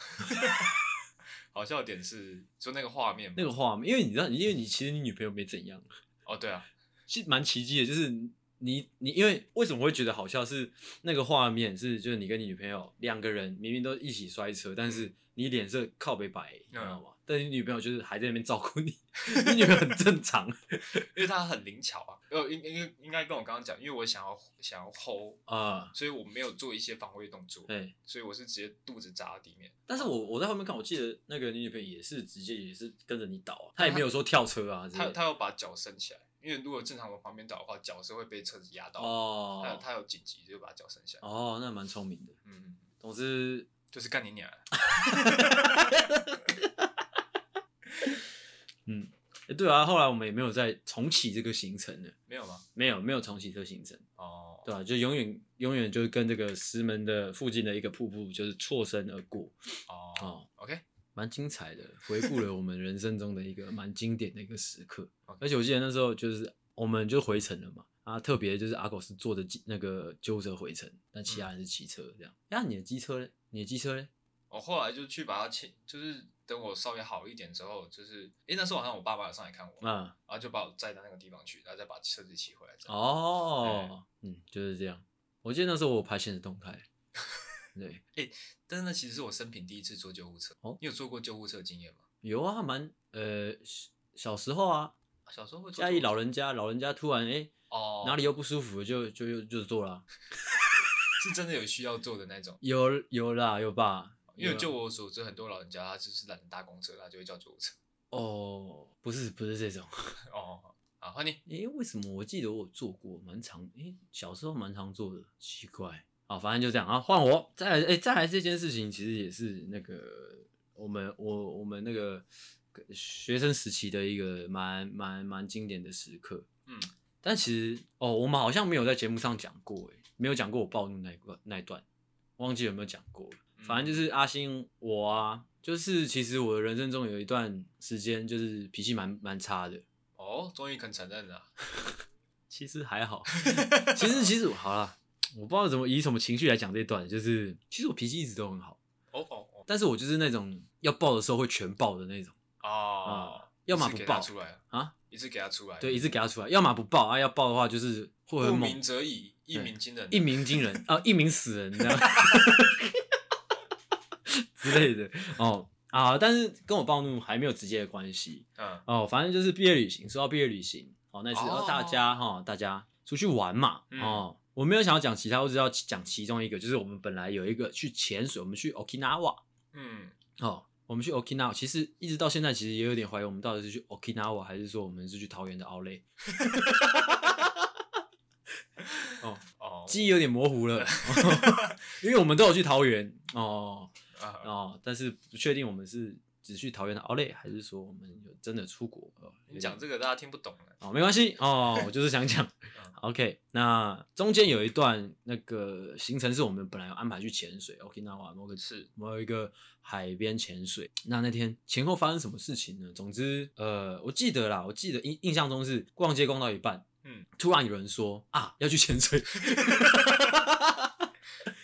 好笑的点是说那个画面嘛，那个画面，因为你知道，因为你其实你女朋友没怎样。哦，对啊，是蛮奇迹的，就是你你因为为什么会觉得好笑是那个画面是就是你跟你女朋友两个人明明都一起摔车，但是你脸色靠北白，你知道吗？但是你女朋友就是还在那边照顾你， 你女朋友很正常因为他很灵巧啊，呃，应应应该跟我刚刚讲，因为我想要想要 hold，啊。所以我没有做一些防卫动作，对，所以我是直接肚子砸到地面。但是我我在后面看，我记得那个你女朋友也是直接也是跟着你倒、啊，她也没有说跳车啊之类他的，他要把脚伸起来，因为如果正常往旁边倒的话，脚是会被车子压到的。他哦他有紧急就把脚伸起来。哦，那蛮聪明的。嗯，总之，就是干你娘啊！嗯，诶对啊，后来我们也没有再重启这个行程了，没有吗？没有没有重启这个行程，哦，对啊，就永远永远就是跟这个石门的附近的一个瀑布就是错身而过哦哦， ，OK，蛮精彩的，回顾了我们人生中的一个蛮经典的一个时刻 OK。而且我记得那时候就是我们就回程了嘛，啊，特别就是阿狗是坐着机那个纠车回程，但其他人是骑车这样。呀、你的机车嘞？你的机车嘞？我后来就去把它请，就是等我稍微好一点之后，就是因为那时候好像我爸爸有上来看我，啊，然后就把我载到那个地方去，然后再把车子骑回来这样。哦，嗯，就是这样。我记得那时候我拍现实动态，对，但是那其实是我生平第一次坐救护车。哦你有坐过救护车的经验吗？有啊，蛮呃小小时候啊，小时候会坐家里救老护车人家老人家突然哎、诶哦，哪里又不舒服了就就就就坐啦，是真的有需要坐的那种。有有啦有吧，因为有啊就我所知，很多老人家他就是懒得搭公车，他就会叫救护车。哦不是不是这种。哦，好，换你。诶，为什么我记得我有做过，蛮常诶，小时候蛮常做的，奇怪。好，反正就这样啊，换我。再来，诶，再来这件事情其实也是那个我们我我们那个学生时期的一个蛮蛮蛮经典的时刻。嗯，但其实哦，我们好像没有在节目上讲过，诶，没有讲过我暴怒那一段那一段，忘记有没有讲过了。嗯反正就是阿星我啊，就是其实我的人生中有一段时间就是脾气蛮蛮差的。哦，终于肯承认了。其实还好，其实其实我好啦，我不知道怎么以什么情绪来讲这一段，就是其实我脾气一直都很好，哦哦哦但是我就是那种要爆的时候会全爆的那种哦，啊要么一次不给他报出来了，啊，一次给他出来了。对，一次给他出来，要么不爆啊，要爆的话就是不会很鸣猛，则已，一对鸣惊人。一鸣惊人啊，一鸣死人这样 之类的哦啊，但是跟我暴怒还没有直接的关系嗯哦，反正就是毕业旅行，说到毕业旅行，哦，那次、哦哦、大家哈、大家出去玩嘛，嗯哦，我没有想要讲其他，我只要讲其中一个，就是我们本来有一个去潜水，我们去 Okinawa，嗯，哦，我们去 Okinawa，其实一直到现在，其实也有点怀疑我们到底是去 Okinawa 还是说我们是去桃园的 o u l e 哦，哦，记忆有点模 糊了，因为我们都有去桃园哦啊，哦，但是不确定我们是只去桃园的 o u l e 还是说我们有真的出国哦。有你点讲这个大家听不懂了。哦，没关系哦，我就是想讲。OK，那中间有一段那个行程是我们本来有安排去潜水，Okinawa 某个是某一个海边潜水。那那天前后发生什么事情呢？总之，呃，我记得啦，我记得印印象中是逛街逛到一半，嗯，突然有人说啊要去潜水，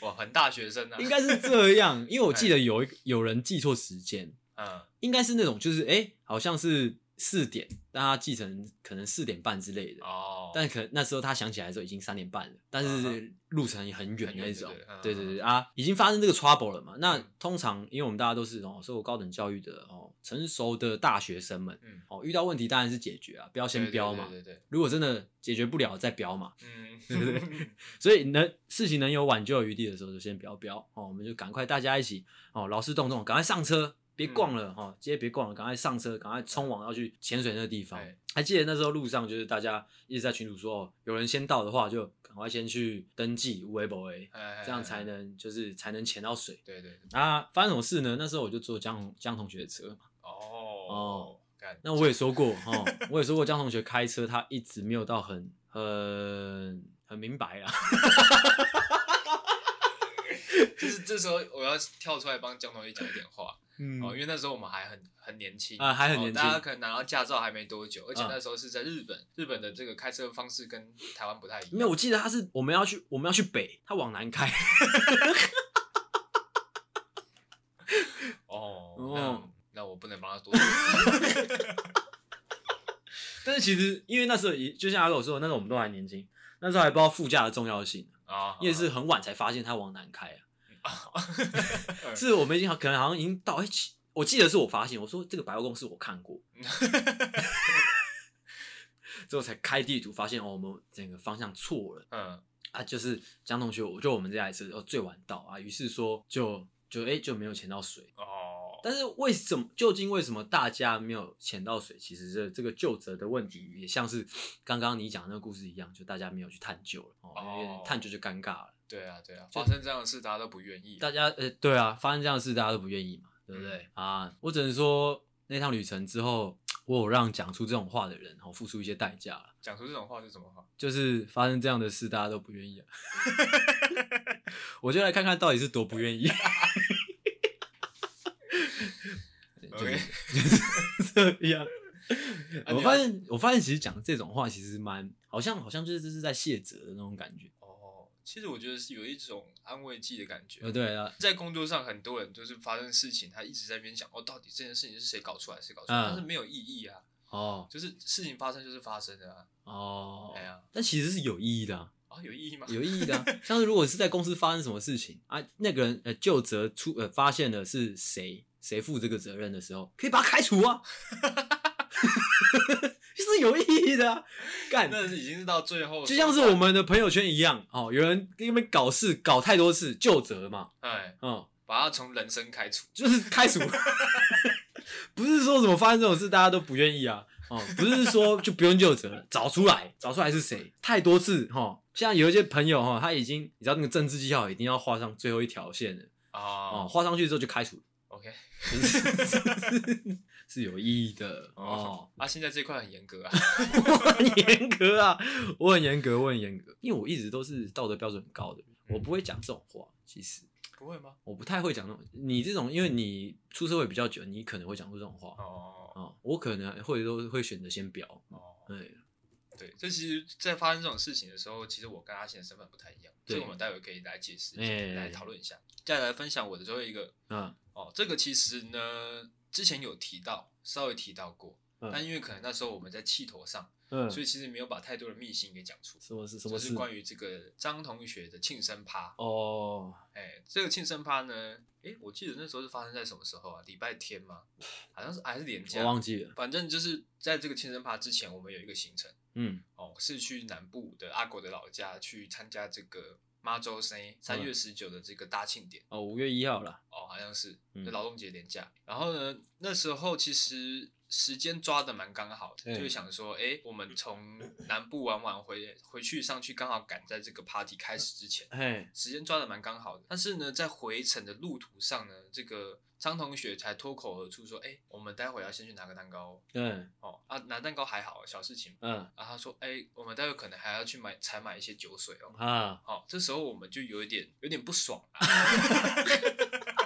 哇，很大学生啊。应该是这样，因为我记得有一个有人记错时间，嗯应该是那种就是哎、诶好像是四点，但他记成可能四点半之类的。哦，但可能那时候他想起来的时候已经三点半了，但嗯是哼路程也很远很远那就种对了。对对嗯对啊，已经发生这个 trouble 了嘛。那嗯通常因为我们大家都是哦受过高等教育的哦成熟的大学生们嗯，哦，遇到问题当然是解决啊，不要先对标嘛。对对对，如果真的解决不了再标嘛，对嗯，对对 所以能事情能有挽救余地的时候就先不要标哦，我们就赶快大家一起哦劳师动众，赶快上车，别逛嗯了哦，今天别逛了，赶快上车，赶快冲往要去潜水那个地方哎。还记得那时候路上就是大家一直在群主说哦，有人先到的话就赶快先去登记微博哎，哎这样才。能就是才能潜到水。对对对，啊，发生什么事呢？那时候我就坐江江同学的车嘛，哦，干那我也说过哈、哦，我也说过江同学开车他一直没有到很很很明白啊。 就是这时候我要跳出来帮江同学讲一点话嗯哦，因为那时候我们还很很年轻啊还很哦年大轻家可能拿到驾照还没多久，而且嗯那时候是在日本，日本的这个开车方式跟台湾不太一样。没有，我记得他是我们要去，我们要去北，他往南开。哦，哦那那我不能帮他多说。 但是其实因为那时候也就像阿狗说的，那时候我们都还年轻，那时候还不知道副驾的重要性， 啊，也是很晚才发现他往南开 啊。嗯是我们已经好可能好像已经到哎、其我记得是我发现，我说这个百货公司我看 过，之后才开地图发现哦，我们整个方向错了。嗯啊，就是江同学，我就我们这台车哦最晚到啊，于是说就就哎、就没有潜到水。哦，但是为什么究竟为什么大家没有潜到水？其实这这个就责的问题也像是刚刚你讲的那个故事一样，就大家没有去探究了，哦，因为哦探究就尴尬了。对啊，对啊，发生这样的事，大家都不愿意。大家呃，对啊，发生这样的事，大家都不愿意嘛，对不对、啊？我只能说那趟旅程之后，我有让讲出这种话的人，哦，付出一些代价了。讲出这种话是什么话？就是发生这样的事，大家都不愿意、啊。 我就来看看到底是多不愿意。 就是 OK 就是这样。啊我你发要现，我发现其实讲这种话其实蛮，好像好像就是这是在卸责的那种感觉。哦，其实我觉得是有一种安慰剂的感觉。呃，对啊，在工作上，很多人就是发生事情，他一直在那边想，哦，到底这件事情是谁搞出来，谁搞出来，嗯但是没有意义啊，哦就是事情发生就是发生的啊，哦哎，呀，但其实是有意义的、啊，啊，有意义吗？有意义的、啊。像是如果是在公司发生什么事情啊，那个人呃就责出呃发现了是谁谁负这个责任的时候，可以把他开除啊， 是有意义的、啊。干，那是已经是到最后，就像是我，们的朋友圈一样，哦，有人在那边搞事，搞太多事就责嘛，哎，嗯，把他从人生开除，就是开除， 不是说什么发生这种事大家都不愿意啊，哦，不是说就不用就责，找出来，找出来是谁，太多次哈、哦，像有一些朋友哈、哦，他已经你知道那个政治绩效已经要画上最后一条线了，哦，哦画上去之后就开除， ，OK，是是是 是有意义的哦。哦，啊，现在这块很严格啊，我很严格啊，我很严格，我很严格，因为我一直都是道德标准很高的人，我不会讲这种话。其实 不会吗？我不太会讲那种，你这种，因为你出社会比较久，你可能会讲出这种话啊、哦哦我可能会都会选择先哎不要。哦，对，对，这其实，在发生这种事情的时候，其实我跟阿贤的身份不太一样，所对以我们待会可以来解释一下，哎来讨论一下。再来分享我的最后一个嗯哦，这个其实呢，之前有提到，稍微提到过，嗯但因为可能那时候我们在气头上，嗯，所以其实没有把太多的秘辛给讲出。什么是什就么是事？关于这个张同学的庆生趴，哦，哎，这个庆生趴呢，哎，我记得那时候是发生在什么时候啊？礼拜天吗？好像是还是连假我，忘记了。反正就是在这个庆生趴之前，我们有一个行程。嗯哦，是去南部的阿狗的老家去参加这个妈周生三嗯月十九的这个大庆典、哦，五月一号啦。哦，好像是嗯就劳动节连假。然后呢，那时候其实时间抓的蛮刚好的，对就想说，哎、我们从南部玩完回回去上去，刚好赶在这个 party 开始之前，嘿，时间抓的蛮刚好的。但是呢，在回程的路途上呢，这个张同学才脱口而出说，哎、我们待会要先去拿个蛋糕哦嗯哦啊，拿蛋糕还好，小事情。嗯然后他说：“哎、我们待会可能还要去买采买一些酒水哦。啊，”好、这时候我们就有一点有点不爽啊。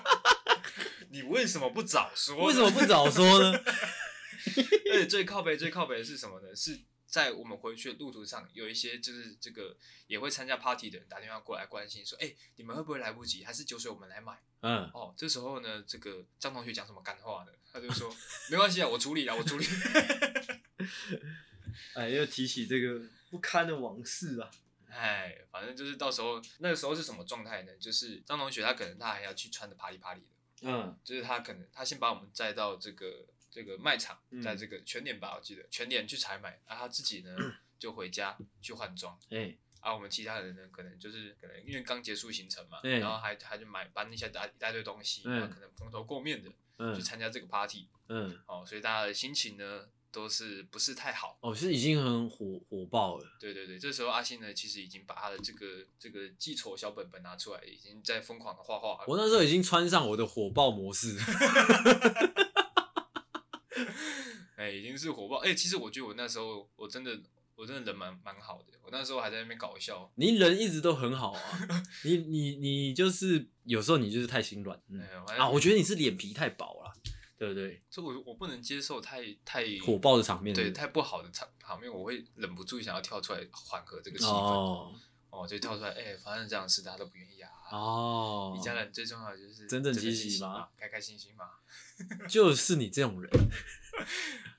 你为什么不早说呢？为什么不早说 呢？而且最靠北最靠北的是什么呢？是在我们回去的路途上，有一些就是这个也会参加 party 的人打电话过来关心说：“哎、你们会不会来不及？还是酒水我们来买？”嗯，哦，这时候呢，这个张同学讲什么干话呢？他就说：“没关系啊，我处理啊，我处理。 哎，又提起这个不堪的往事啊。”哎，反正就是到时候那个时候是什么状态呢？就是张同学他可能他还要去穿的啪里啪里的。嗯就是他可能他先把我们载到这个这个卖场，嗯在这个全点吧，我记得全点去采买，啊，他自己 呢就回家去换装，哎啊，我们其他人呢可能就是可能因为刚结束行程嘛，嗯然后还还就买搬一下大一大堆东西，嗯然后可能蓬头垢面的去嗯参加这个 party，嗯，哦，所以大家的心情呢都是不是太好。哦，是已经很火火爆了。对对对，这时候阿信呢，其实已经把他的这个这个记仇小本本拿出来，已经在疯狂的画画了。我那时候已经穿上我的火爆模式，哎、已经是火爆。哎、其实我觉得我那时候我真的我真的人蛮蛮好的，我那时候还在那边搞笑。 你人一直都很好啊，你你你就是有时候你就是太心软、嗯哎、我还啊，我觉得你是脸皮太薄了，对不对？这我我不能接受太太火爆的场面对是不是太不好的场场面，我会忍不住想要跳出来缓和这个气氛。哦哦就跳出来，哎、发生这样的事，大家都不愿意啊。哦，你家人最重要的就是整整整齐齐齐嘛嘛，开开心心嘛。就是你这种人，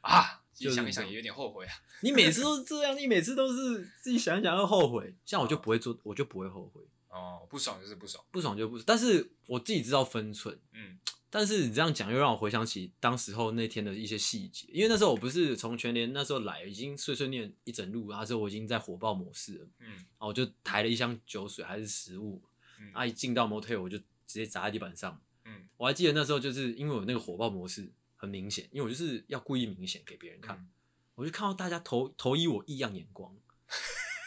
啊，自就己是想一这想种也有点后悔啊。你每次都是这样，你每次都是自己想一想会后悔，像我就不会做，我就不会后悔，哦，不爽就是不爽。不爽就不，但是我自己知道分寸，嗯但是你这样讲，又让我回想起当时候那天的一些细节，因为那时候我不是从全联那时候来，已经碎碎念一整路，那时候我已经在火爆模式了，嗯然后我就抬了一箱酒水还是食物，嗯啊，一进到 motel 我就直接砸在地板上。嗯我还记得那时候就是因为我那个火爆模式很明显，因为我就是要故意明显给别人看，嗯我就看到大家投投以我异样眼光，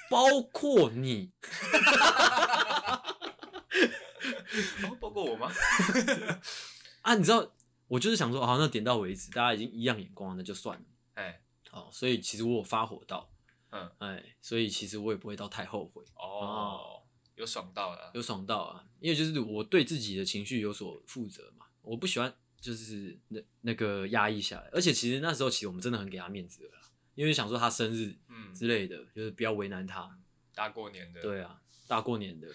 包括你，哦包括我吗？啊，你知道，我就是想说，好，那点到为止，大家已经一样眼光了，那就算了。哎，哦，所以其实我有发火到，嗯，哎，所以其实我也不会到太后悔，哦，有爽到了，有爽到啊，因为就是我对自己的情绪有所负责嘛，我不喜欢就是那那个压抑下来，而且其实那时候其实我们真的很给他面子了啦，因为想说他生日嗯，之类的，就是不要为难他。大过年的，，对啊，大过年的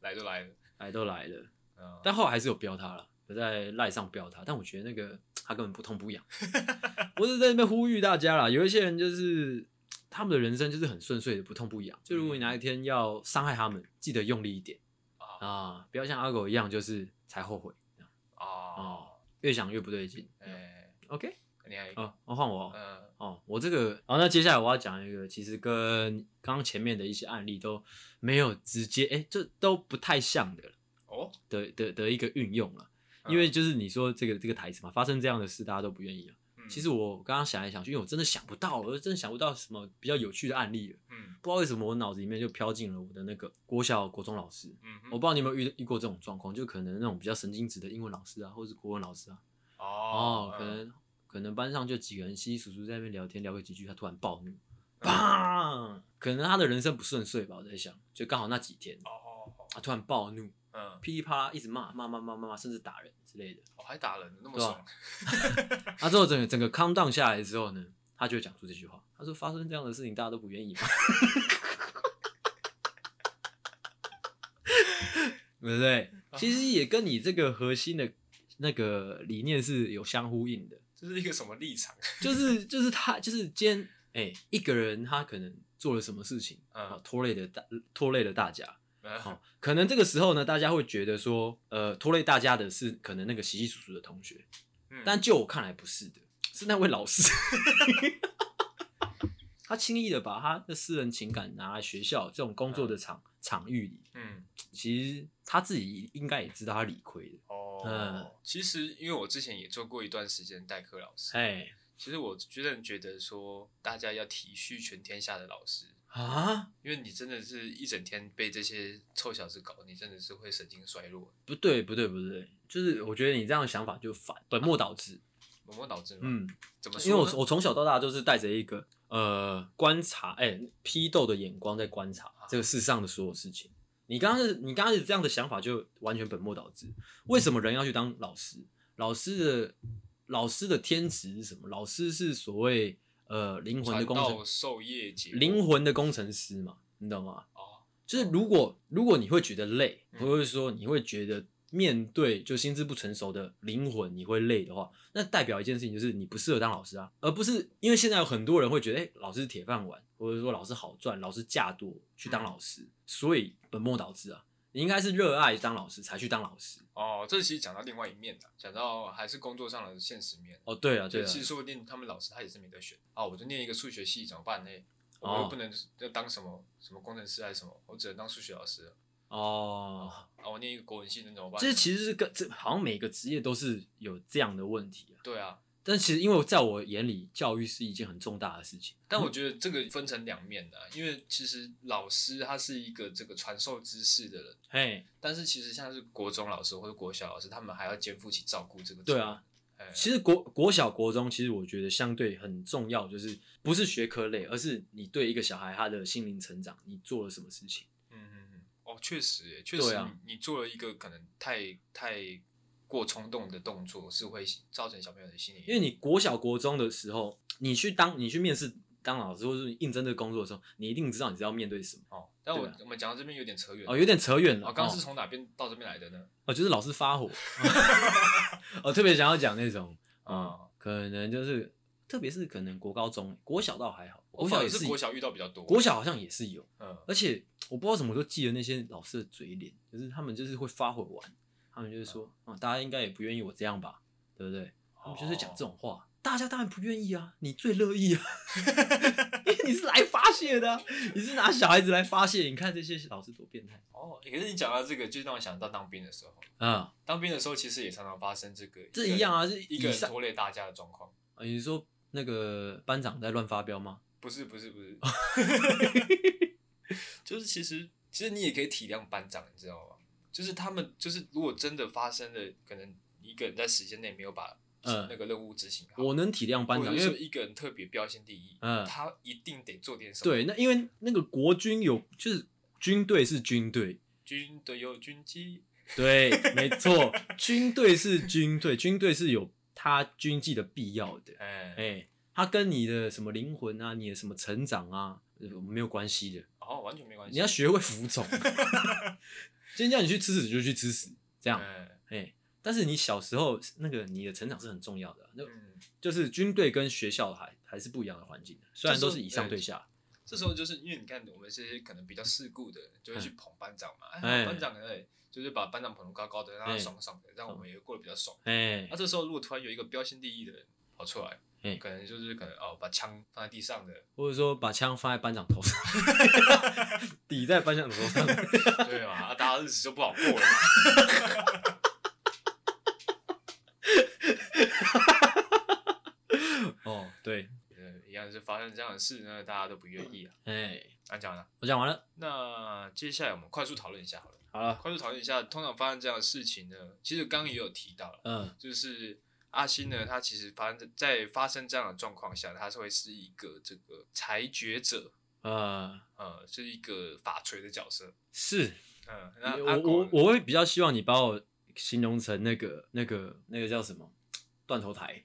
来都来了，来都来了，嗯，但后来还是有标他了，有在赖上标他，但我觉得那个他根本不 痛不痒。我是在那边呼吁大家啦，有一些人就是他们的人生就是很顺遂的，不痛不痒。就如果你哪一天要伤害他们，记得用力一点嗯啊啊，不要像阿狗一样就是才后悔，哦，越想越不对劲。哎， OK，你还，哦，我换我哦。嗯哦，我这个，然后那接下来我要讲一个，其实跟刚刚前面的一些案例都没有直接，哎，这都不太像的哦，的的的一个运用了，嗯因为就是你说这个这个台词嘛，发生这样的事大家都不愿意啊。嗯其实我刚刚想来想去，因为我真的想不到，我真的想不到什么比较有趣的案例了，嗯不知道为什么我脑子里面就飘进了我的那个国小国中老师，嗯哼，我不知道你有没有遇遇过这种状况，就可能那种比较神经质的英文老师啊，或是国文老师啊，哦嗯哦，，可能可能班上就几个人稀稀疏疏在那边聊天，聊个几句，他突然暴怒，嗯砰！可能他的人生不顺遂吧，我在想，就刚好那几天，哦，他突然暴怒，嗯，噼里啪啦一直骂骂骂骂骂骂，甚至打人之类的。我还打人，那么对啊爽，他啊之后整个整个 calm down 下来之后呢，他就会讲出这句话，他说发生这样的事情大家都不愿意嘛， 对不对？其实也跟你这个核心的那个理念是有相呼应的。这是一个什么立场？啊就是就是他就是今天哎、一个人他可能做了什么事情，嗯啊，拖累了大拖累了大家，好、嗯可能这个时候呢，大家会觉得说，呃，拖累大家的是可能那个稀稀疏疏的同学，嗯但就我看来不是的，是那位老师， 他轻易的把他的私人情感拿来学校这种工作的场、场域里，嗯。其实他自己应该也知道他理亏的，哦，嗯其实因为我之前也做过一段时间代课老师，哎其实我真的觉得说，大家要体恤全天下的老师，啊，因为你真的是一整天被这些臭小子搞，你真的是会神经衰弱，不对不对不对，就是我觉得你这样的想法就反本末倒置，某某脑子嘛，嗯，怎么因说为呢？我我从小到大就是带着一个呃观察，哎、批斗的眼光在观察啊这个世上的所有事情。你刚刚是你刚开始这样的想法就完全本末倒置。为什么人要去当老师？老师的老师的天职是什么？老师是所谓呃灵魂传的工道程，授业解惑灵魂的工程师嘛，你懂吗？哦，就是如果如果你会觉得累，嗯或者说你会觉得面对就心智不成熟的灵魂你会累的话，那代表一件事情就是你不适合当老师啊，而不是因为现在有很多人会觉得，哎、老师是铁饭碗，或者说老师好赚，老师价多去嗯当老师，所以本末倒置啊，你应该是热爱当老师才去当老师。哦，这其实讲到另外一面了，讲到还是工作上的现实面。哦，对啊，对就啊，其实说不定他们老师他也是没得选啊，我就念一个数学系怎么办呢？我哦又不能要当什么什么工程师还是什么，我只能当数学老师了哦，啊。我念一个国文系能怎么办呢？这其实是跟这好像每个职业都是有这样的问题啊，对啊，但其实因为在我眼里，教育是一件很重大的事情，但我觉得这个分成两面的、啊因为其实老师他是一个这个传授知识的人，嘿。但是其实像是国中老师或者国小老师，他们还要肩负起照顾这个。对啊，哎，其实国国小国中，其实我觉得相对很重要，就是不是学科类，而是你对一个小孩他的心灵成长，你做了什么事情。嗯嗯嗯，哦，确实耶，确实对你，啊你做了一个可能太太过冲动的动作，是会造成小朋友的心理，因为你国小国中的时候，你去当你去面试当老师，或者你应征这个工作的时候，你一定知道你是要面对什么。哦，但我、对啊我们讲到这边有点扯远哦，有点扯远了。哦，刚刚是哦从哪边到这边来的呢？哦就是老师发火， 我特别想要讲那种啊、哦可能就是特别是可能国高中、国小倒还好，国反小而也是有国小遇到比较多，国小好像也是有。嗯，而且我不知道怎么我都记得那些老师的嘴脸，就是他们就是会发火完，他们就是说，啊、大家应该也不愿意我这样吧，对不对？他们就是讲这种话，大家当然不愿意啊，你最乐意啊， 因为你是来发泄的啊、你是拿小孩子来发泄，你看这些老师多变态哦，可是你讲到这个，就让我想到当兵的时候，啊！当兵的时候其实也常常发生这个这一样啊，啊，是一个以人上、拖累大家的状况。啊你说那个班长在乱发飙吗？不是不是不 是，就是其实其实你也可以体谅班长，你知道吗？就是他们就是如果真的发生了，可能一个人在时间内没有把嗯那个任务执行好，我能体谅班或长，者因说为一个人特别标新立异，嗯他一定得做点什么。对，那因为那个国军有就是军队是军队，军队有军机，对，没错，军队是军队，军队是有他军纪的必要的。哎、哎、它跟你的什么灵魂啊，你的什么成长啊，呃没有关系的。哦，完全没关系。你要学会服从， 今天叫你去吃屎就去吃屎，这样。嗯哎、但是你小时候那个你的成长是很重要的啊、那嗯，就是军队跟学校还还是不一样的环境的，虽然都是以上对下，这时候就是因为你看我们这些可能比较世故的人，就会去捧班长嘛，哎哎，班长哎，就是把班长捧得高高的，让他哎爽爽的，让我们也过得比较爽。哎、那这时候如果突然有一个标新立异的人跑出来哎，可能就是可能哦把枪放在地上的， 或者说把枪放在班长头上， 抵在班长头上， 对嘛，啊大家日子就不好过了嘛。哦，对，呃，一样是发生这样的事呢，大家都不愿意啊。哎、那讲完了，我讲完了，那接下来我们快速讨论一下好了，好了，快速讨论一下，通常发生这样的事情呢，其实刚刚也有提到了。嗯就是阿星呢，他其实发生在发生这样的状况下，他是会是一个这个裁决者，呃，呃，是一个法锤的角色。是嗯，那阿我狗我呢我会比较希望你把我形容成那个那个那个叫什么断头台，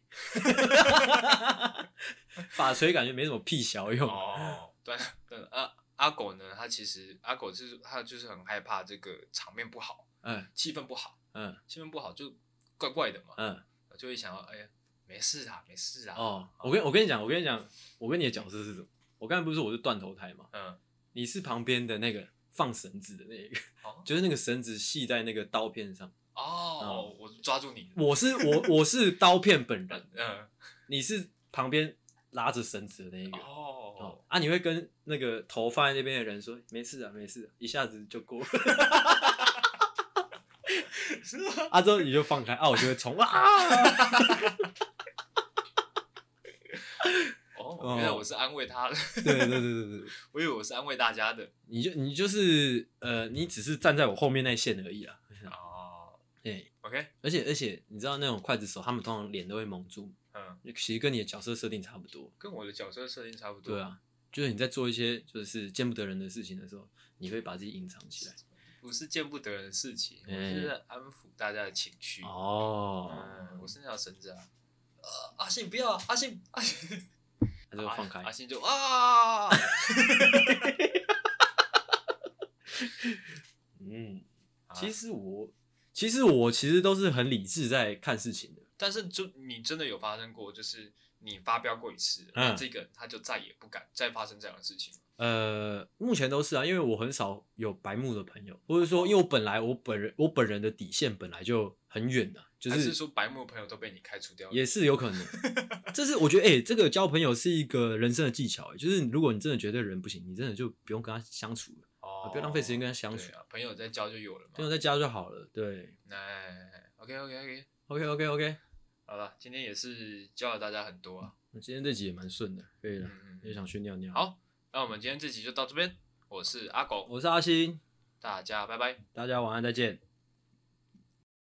法锤感觉没什么屁小用。哦，对对，阿阿狗呢，他其实阿狗就是他就是很害怕这个场面不好，嗯气氛不好，嗯气氛不好就怪怪的嘛，嗯，就会想要哎呀，没事啊，没事啊。哦，我跟我跟你讲，我跟你讲，我跟你的角色是什么？我刚才不是说我是断头台吗？嗯，你是旁边的那个放绳子的那一个，哦就是那个绳子系在那个刀片上。哦，我抓住你，我是我我是刀片本人，嗯，你是旁边拉着绳子的那一个。哦哦，啊，你会跟那个头放在那边的人说没事啊，没事、啊，一下子就过。是吗？ 啊，之后你就放开，啊，我就会冲啊。 哦，原来我是安慰他的， 对对对对对，我以为我是安慰大家的。你就你就是呃，你只是站在我后面那线而已啦。哦对， ，OK，而且而且你知道那种筷子手，他们通常脸都会蒙住，嗯，其实跟你的角色设定差不多。跟我的角色设定差不多。对，啊，就是你在做一些就是见不得人的事情的时候，你会把自己隐藏起来。不是见不得人的事情，我嗯是在安抚大家的情绪。哦，嗯，我是那条绳子啊。呃，阿信不要啊，阿信，阿信，那就放开阿。信就啊，嗯， 啊其，实我其实我其实都是很理智在看事情的。但是就你真的有发生过，就是你发飙过一次，嗯那这个人他就再也不敢再发生这样的事情了。呃，目前都是啊，因为我很少有白目的朋友，或者哦说，因为我本来我本人我本人的底线本来就很远的、就还是是说白目的朋友都被你开除掉了？也是有 可能。这是我觉得，哎、这个交朋友是一个人生的技巧、欸就是如果你真的觉得人不行，你真的就不用跟他相处了，哦啊不要浪费时间跟他相对处，啊，朋友在交就有了嘛朋。友在家就好了。对哎，OK OK OK， ，OK OK OK，好了，今天也是教了大家很多啊。那今天这集也蛮顺的，可以了，嗯也想去尿尿。，好，那我们今天这集就到这边，我是阿狗，我是阿星，大家拜拜。大家晚安，再见。